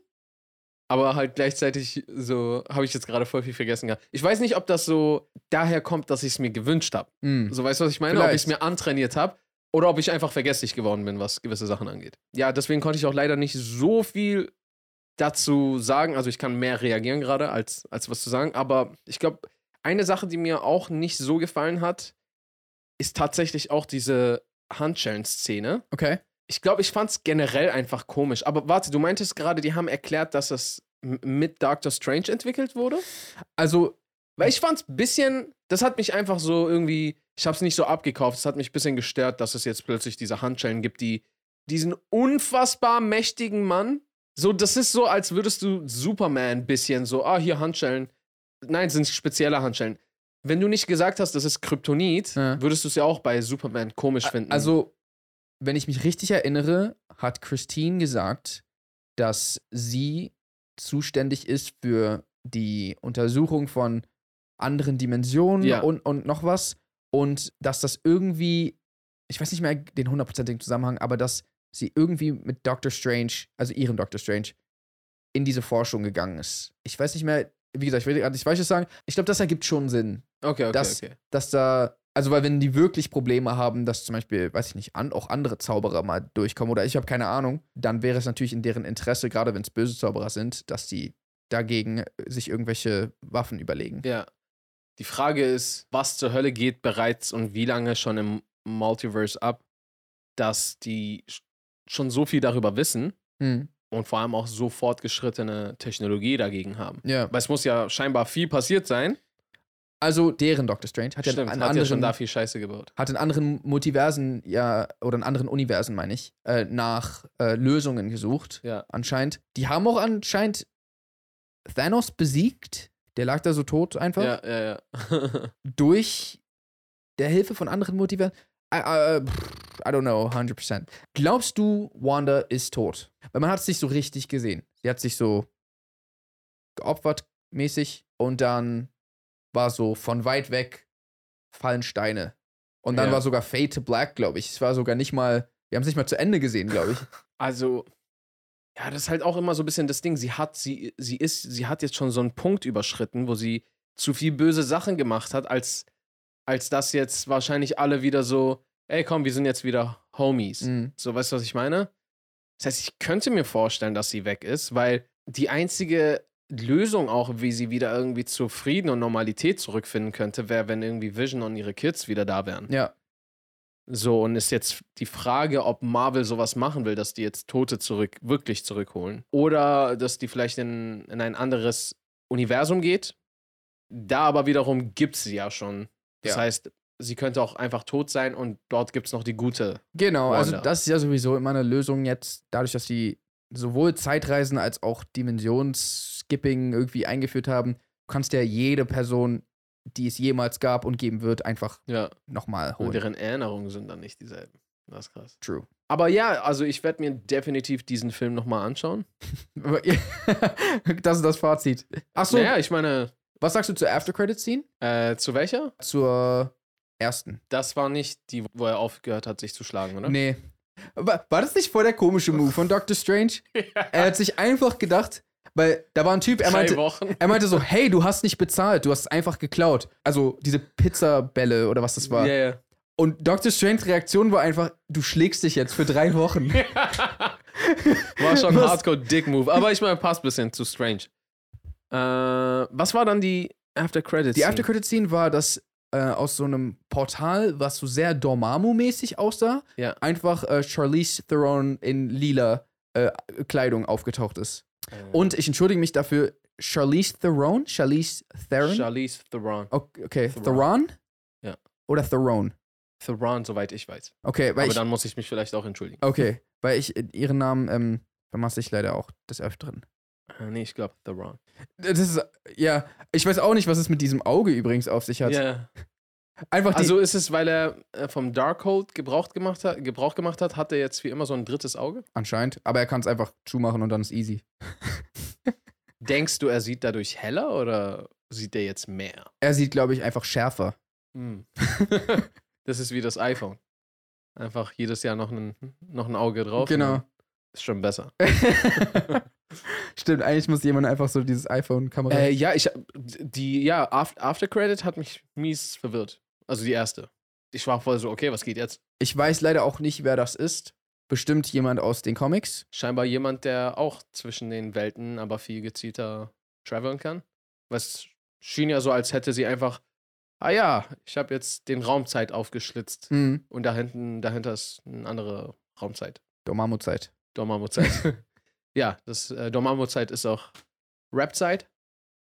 Speaker 2: aber halt gleichzeitig so habe ich jetzt gerade voll viel vergessen gehabt. Ich weiß nicht, ob das so daher kommt, dass ich es mir gewünscht habe.
Speaker 1: Mm.
Speaker 2: So weißt du, was ich meine? Ob ich es
Speaker 1: Vielleicht.
Speaker 2: mir antrainiert habe oder ob ich einfach vergesslich geworden bin, was gewisse Sachen angeht. Ja, deswegen konnte ich auch leider nicht so viel dazu sagen. Also ich kann mehr reagieren gerade, als, als was zu sagen. Aber ich glaube, eine Sache, die mir auch nicht so gefallen hat, ist tatsächlich auch diese Handschellen-Szene.
Speaker 1: Okay.
Speaker 2: Ich glaube, ich fand es generell einfach komisch. Aber warte, du meintest gerade, die haben erklärt, dass das m- mit Doctor Strange entwickelt wurde?
Speaker 1: Also,
Speaker 2: Weil ich fand's ein bisschen, das hat mich einfach so irgendwie, ich hab's nicht so abgekauft, es hat mich ein bisschen gestört, dass es jetzt plötzlich diese Handschellen gibt, die diesen unfassbar mächtigen Mann, so, das ist so, als würdest du Superman ein bisschen so, ah, hier Handschellen. Nein, sind spezielle Handschellen. Wenn du nicht gesagt hast, das ist Kryptonit,
Speaker 1: Ja.
Speaker 2: würdest du es ja auch bei Superman komisch finden.
Speaker 1: also, wenn ich mich richtig erinnere, hat Christine gesagt, dass sie zuständig ist für die Untersuchung von anderen Dimensionen
Speaker 2: Ja.
Speaker 1: und, und noch was. Und dass das irgendwie, ich weiß nicht mehr den hundertprozentigen Zusammenhang, aber dass sie irgendwie mit Doctor Strange, also ihrem Doctor Strange, in diese Forschung gegangen ist. Ich weiß nicht mehr, wie gesagt, ich will gerade nicht Falsches sagen. Ich glaube, das ergibt schon Sinn
Speaker 2: okay, okay,
Speaker 1: das-
Speaker 2: okay.
Speaker 1: dass da, also weil wenn die wirklich Probleme haben, dass zum Beispiel, weiß ich nicht, an, auch andere Zauberer mal durchkommen oder ich habe keine Ahnung, dann wäre es natürlich in deren Interesse, gerade wenn es böse Zauberer sind, dass die dagegen äh, sich irgendwelche Waffen überlegen.
Speaker 2: Ja. Die Frage ist, was zur Hölle geht bereits und wie lange schon im Multiverse ab, dass die sch- schon so viel darüber wissen
Speaker 1: Hm.
Speaker 2: und vor allem auch so fortgeschrittene Technologie dagegen haben.
Speaker 1: Ja.
Speaker 2: Weil es muss ja scheinbar viel passiert sein.
Speaker 1: Also deren Doctor Strange hat, ja,
Speaker 2: Stimmt,
Speaker 1: einen
Speaker 2: hat ja schon
Speaker 1: anderen,
Speaker 2: da viel Scheiße gebaut.
Speaker 1: hat in anderen Multiversen, ja, oder in anderen Universen, meine ich, äh, nach äh, Lösungen gesucht.
Speaker 2: Ja.
Speaker 1: Anscheinend. Die haben auch anscheinend Thanos besiegt. Der lag da so tot einfach.
Speaker 2: Ja, ja, ja. (laughs)
Speaker 1: durch der Hilfe von anderen Motiven. I, I, äh, pff, I don't know, 100%. Glaubst du, Wanda ist tot? Weil man hat es nicht so richtig gesehen. Sie hat sich so geopfert mäßig und dann war so von weit weg fallen Steine. Und dann
Speaker 2: Ja.
Speaker 1: war sogar Fade to Black, glaube ich. Es war sogar nicht mal, wir haben es nicht mal zu Ende gesehen, glaube ich.
Speaker 2: also, ja, das ist halt auch immer so ein bisschen das Ding. Sie hat, sie, sie ist, sie hat jetzt schon so einen Punkt überschritten, wo sie zu viel böse Sachen gemacht hat, als, als dass jetzt wahrscheinlich alle wieder so, ey komm, wir sind jetzt wieder Homies.
Speaker 1: Mhm.
Speaker 2: So, weißt du, was ich meine? Das heißt, ich könnte mir vorstellen, dass sie weg ist, weil die einzige Lösung auch, wie sie wieder irgendwie zu Frieden und Normalität zurückfinden könnte, wäre, wenn irgendwie Vision und ihre Kids wieder da wären.
Speaker 1: Ja,
Speaker 2: So, und ist jetzt die Frage, ob Marvel sowas machen will, dass die jetzt Tote zurück, wirklich zurückholen. Oder dass die vielleicht in, in ein anderes Universum geht. Da aber wiederum gibt sie ja schon. Das
Speaker 1: Ja.
Speaker 2: heißt, sie könnte auch einfach tot sein und dort gibt es noch die gute.
Speaker 1: Genau, also
Speaker 2: Wanda.
Speaker 1: das ist ja sowieso immer eine Lösung jetzt, dadurch, dass sie sowohl Zeitreisen als auch Dimensionsskipping irgendwie eingeführt haben, du kannst ja jede Person, die es jemals gab und geben wird, einfach
Speaker 2: Ja.
Speaker 1: nochmal
Speaker 2: Und
Speaker 1: holen.
Speaker 2: deren Erinnerungen sind dann nicht dieselben. Das ist krass.
Speaker 1: True.
Speaker 2: Aber ja, also ich werde mir definitiv diesen Film nochmal anschauen.
Speaker 1: (laughs) Aber- das ist das Fazit. Achso,
Speaker 2: Naja, ich meine,
Speaker 1: was sagst du zur After-Credit-Scene?
Speaker 2: äh, zu welcher?
Speaker 1: Zur ersten.
Speaker 2: Das war nicht die, wo er aufgehört hat, sich zu schlagen, oder?
Speaker 1: Nee. War, war das nicht voll der komische
Speaker 2: (laughs)
Speaker 1: Move von Doctor Strange? Er hat sich einfach gedacht, weil da war ein Typ, er
Speaker 2: Drei
Speaker 1: meinte,
Speaker 2: Wochen.
Speaker 1: Er meinte so, hey, du hast nicht bezahlt, du hast es einfach geklaut. Also diese Pizzabälle oder was das war.
Speaker 2: Ja, ja.
Speaker 1: Und Dr. Strange's Reaktion war einfach, du schlägst dich jetzt für drei
Speaker 2: (laughs)
Speaker 1: Wochen.
Speaker 2: War schon ein
Speaker 1: Was?
Speaker 2: Hardcore-Dick-Move. Aber ich meine, passt ein bisschen zu strange. Äh, was war dann die After-Credits?
Speaker 1: Die after credit scene war, dass äh, aus so einem Portal, was so sehr Dormammu-mäßig aussah,
Speaker 2: Ja.
Speaker 1: einfach äh, Charlize Theron in lila äh, Kleidung aufgetaucht ist. Und ich entschuldige mich dafür, Charlize Theron? Charlize Theron?
Speaker 2: Äh, Charlize Theron.
Speaker 1: okay, okay. Theron?
Speaker 2: Ja.
Speaker 1: Oder Theron?
Speaker 2: Theron, soweit ich weiß.
Speaker 1: Okay, weil
Speaker 2: Aber
Speaker 1: ich,
Speaker 2: dann muss ich mich vielleicht auch entschuldigen.
Speaker 1: Okay, weil ich äh, ihren Namen ähm, vermasse ich leider auch des Öfteren.
Speaker 2: Äh, Nee, ich glaube Theron.
Speaker 1: Das ist, äh, ja, ich weiß auch nicht, was es mit diesem Auge übrigens auf sich hat.
Speaker 2: Ja.
Speaker 1: Einfach die,
Speaker 2: Also ist es, weil er äh, vom Darkhold gebraucht gemacht hat, Gebrauch gemacht hat, hat er jetzt wie immer so ein drittes Auge?
Speaker 1: anscheinend, aber er kann es einfach zumachen und dann ist easy.
Speaker 2: Denkst du, er sieht dadurch heller oder sieht der jetzt mehr. Hm.
Speaker 1: Er sieht, glaube ich, einfach schärfer.
Speaker 2: (laughs)
Speaker 1: (laughs)
Speaker 2: das ist wie das iPhone. Einfach jedes Jahr noch ein, noch ein Auge drauf.
Speaker 1: Genau.
Speaker 2: und Ist schon besser.
Speaker 1: Stimmt, eigentlich muss jemand einfach so dieses iPhone-Kamera.
Speaker 2: Äh, ja, ich die ja After, After Credit hat mich mies verwirrt. Also die erste. Ich war voll so, okay, was geht jetzt?
Speaker 1: ich weiß leider auch nicht, wer das ist. Bestimmt jemand aus den Comics.
Speaker 2: Scheinbar jemand, der auch zwischen den Welten, aber viel gezielter traveln kann. Was schien ja so, als hätte sie einfach, ah ja, ich habe jetzt den Raumzeit aufgeschlitzt
Speaker 1: Hm.
Speaker 2: und da hinten, dahinter ist eine andere Raumzeit.
Speaker 1: Dormammu-Zeit.
Speaker 2: Dormammu-Zeit. ja, das äh, Dormammu-Zeit ist auch Rap-Zeit.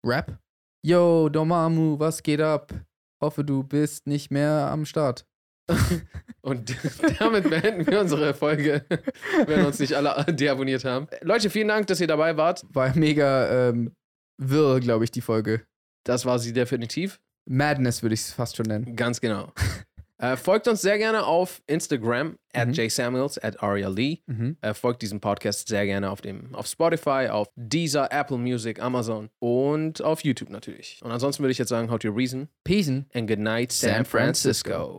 Speaker 1: Rap? Yo, Dormammu, was geht ab? Hoffe, du bist nicht mehr am Start.
Speaker 2: Und (laughs) damit beenden wir unsere Folge, wenn uns nicht alle deabonniert haben. Leute, vielen Dank, dass ihr dabei wart.
Speaker 1: War mega ähm, wirr, glaube ich, die Folge.
Speaker 2: Das war sie definitiv.
Speaker 1: Madness würde ich es fast schon nennen.
Speaker 2: Ganz
Speaker 1: (laughs)
Speaker 2: genau. äh, folgt uns sehr gerne auf Instagram, at
Speaker 1: Mhm.
Speaker 2: jsamuels, at Aria Lee.
Speaker 1: Mhm.
Speaker 2: Äh, folgt diesem Podcast sehr gerne auf, dem, auf Spotify, auf Deezer, Apple Music, Amazon und auf YouTube natürlich. Und ansonsten würde ich jetzt sagen, how to reason
Speaker 1: Pesen.
Speaker 2: and good night, San
Speaker 1: San
Speaker 2: Francisco.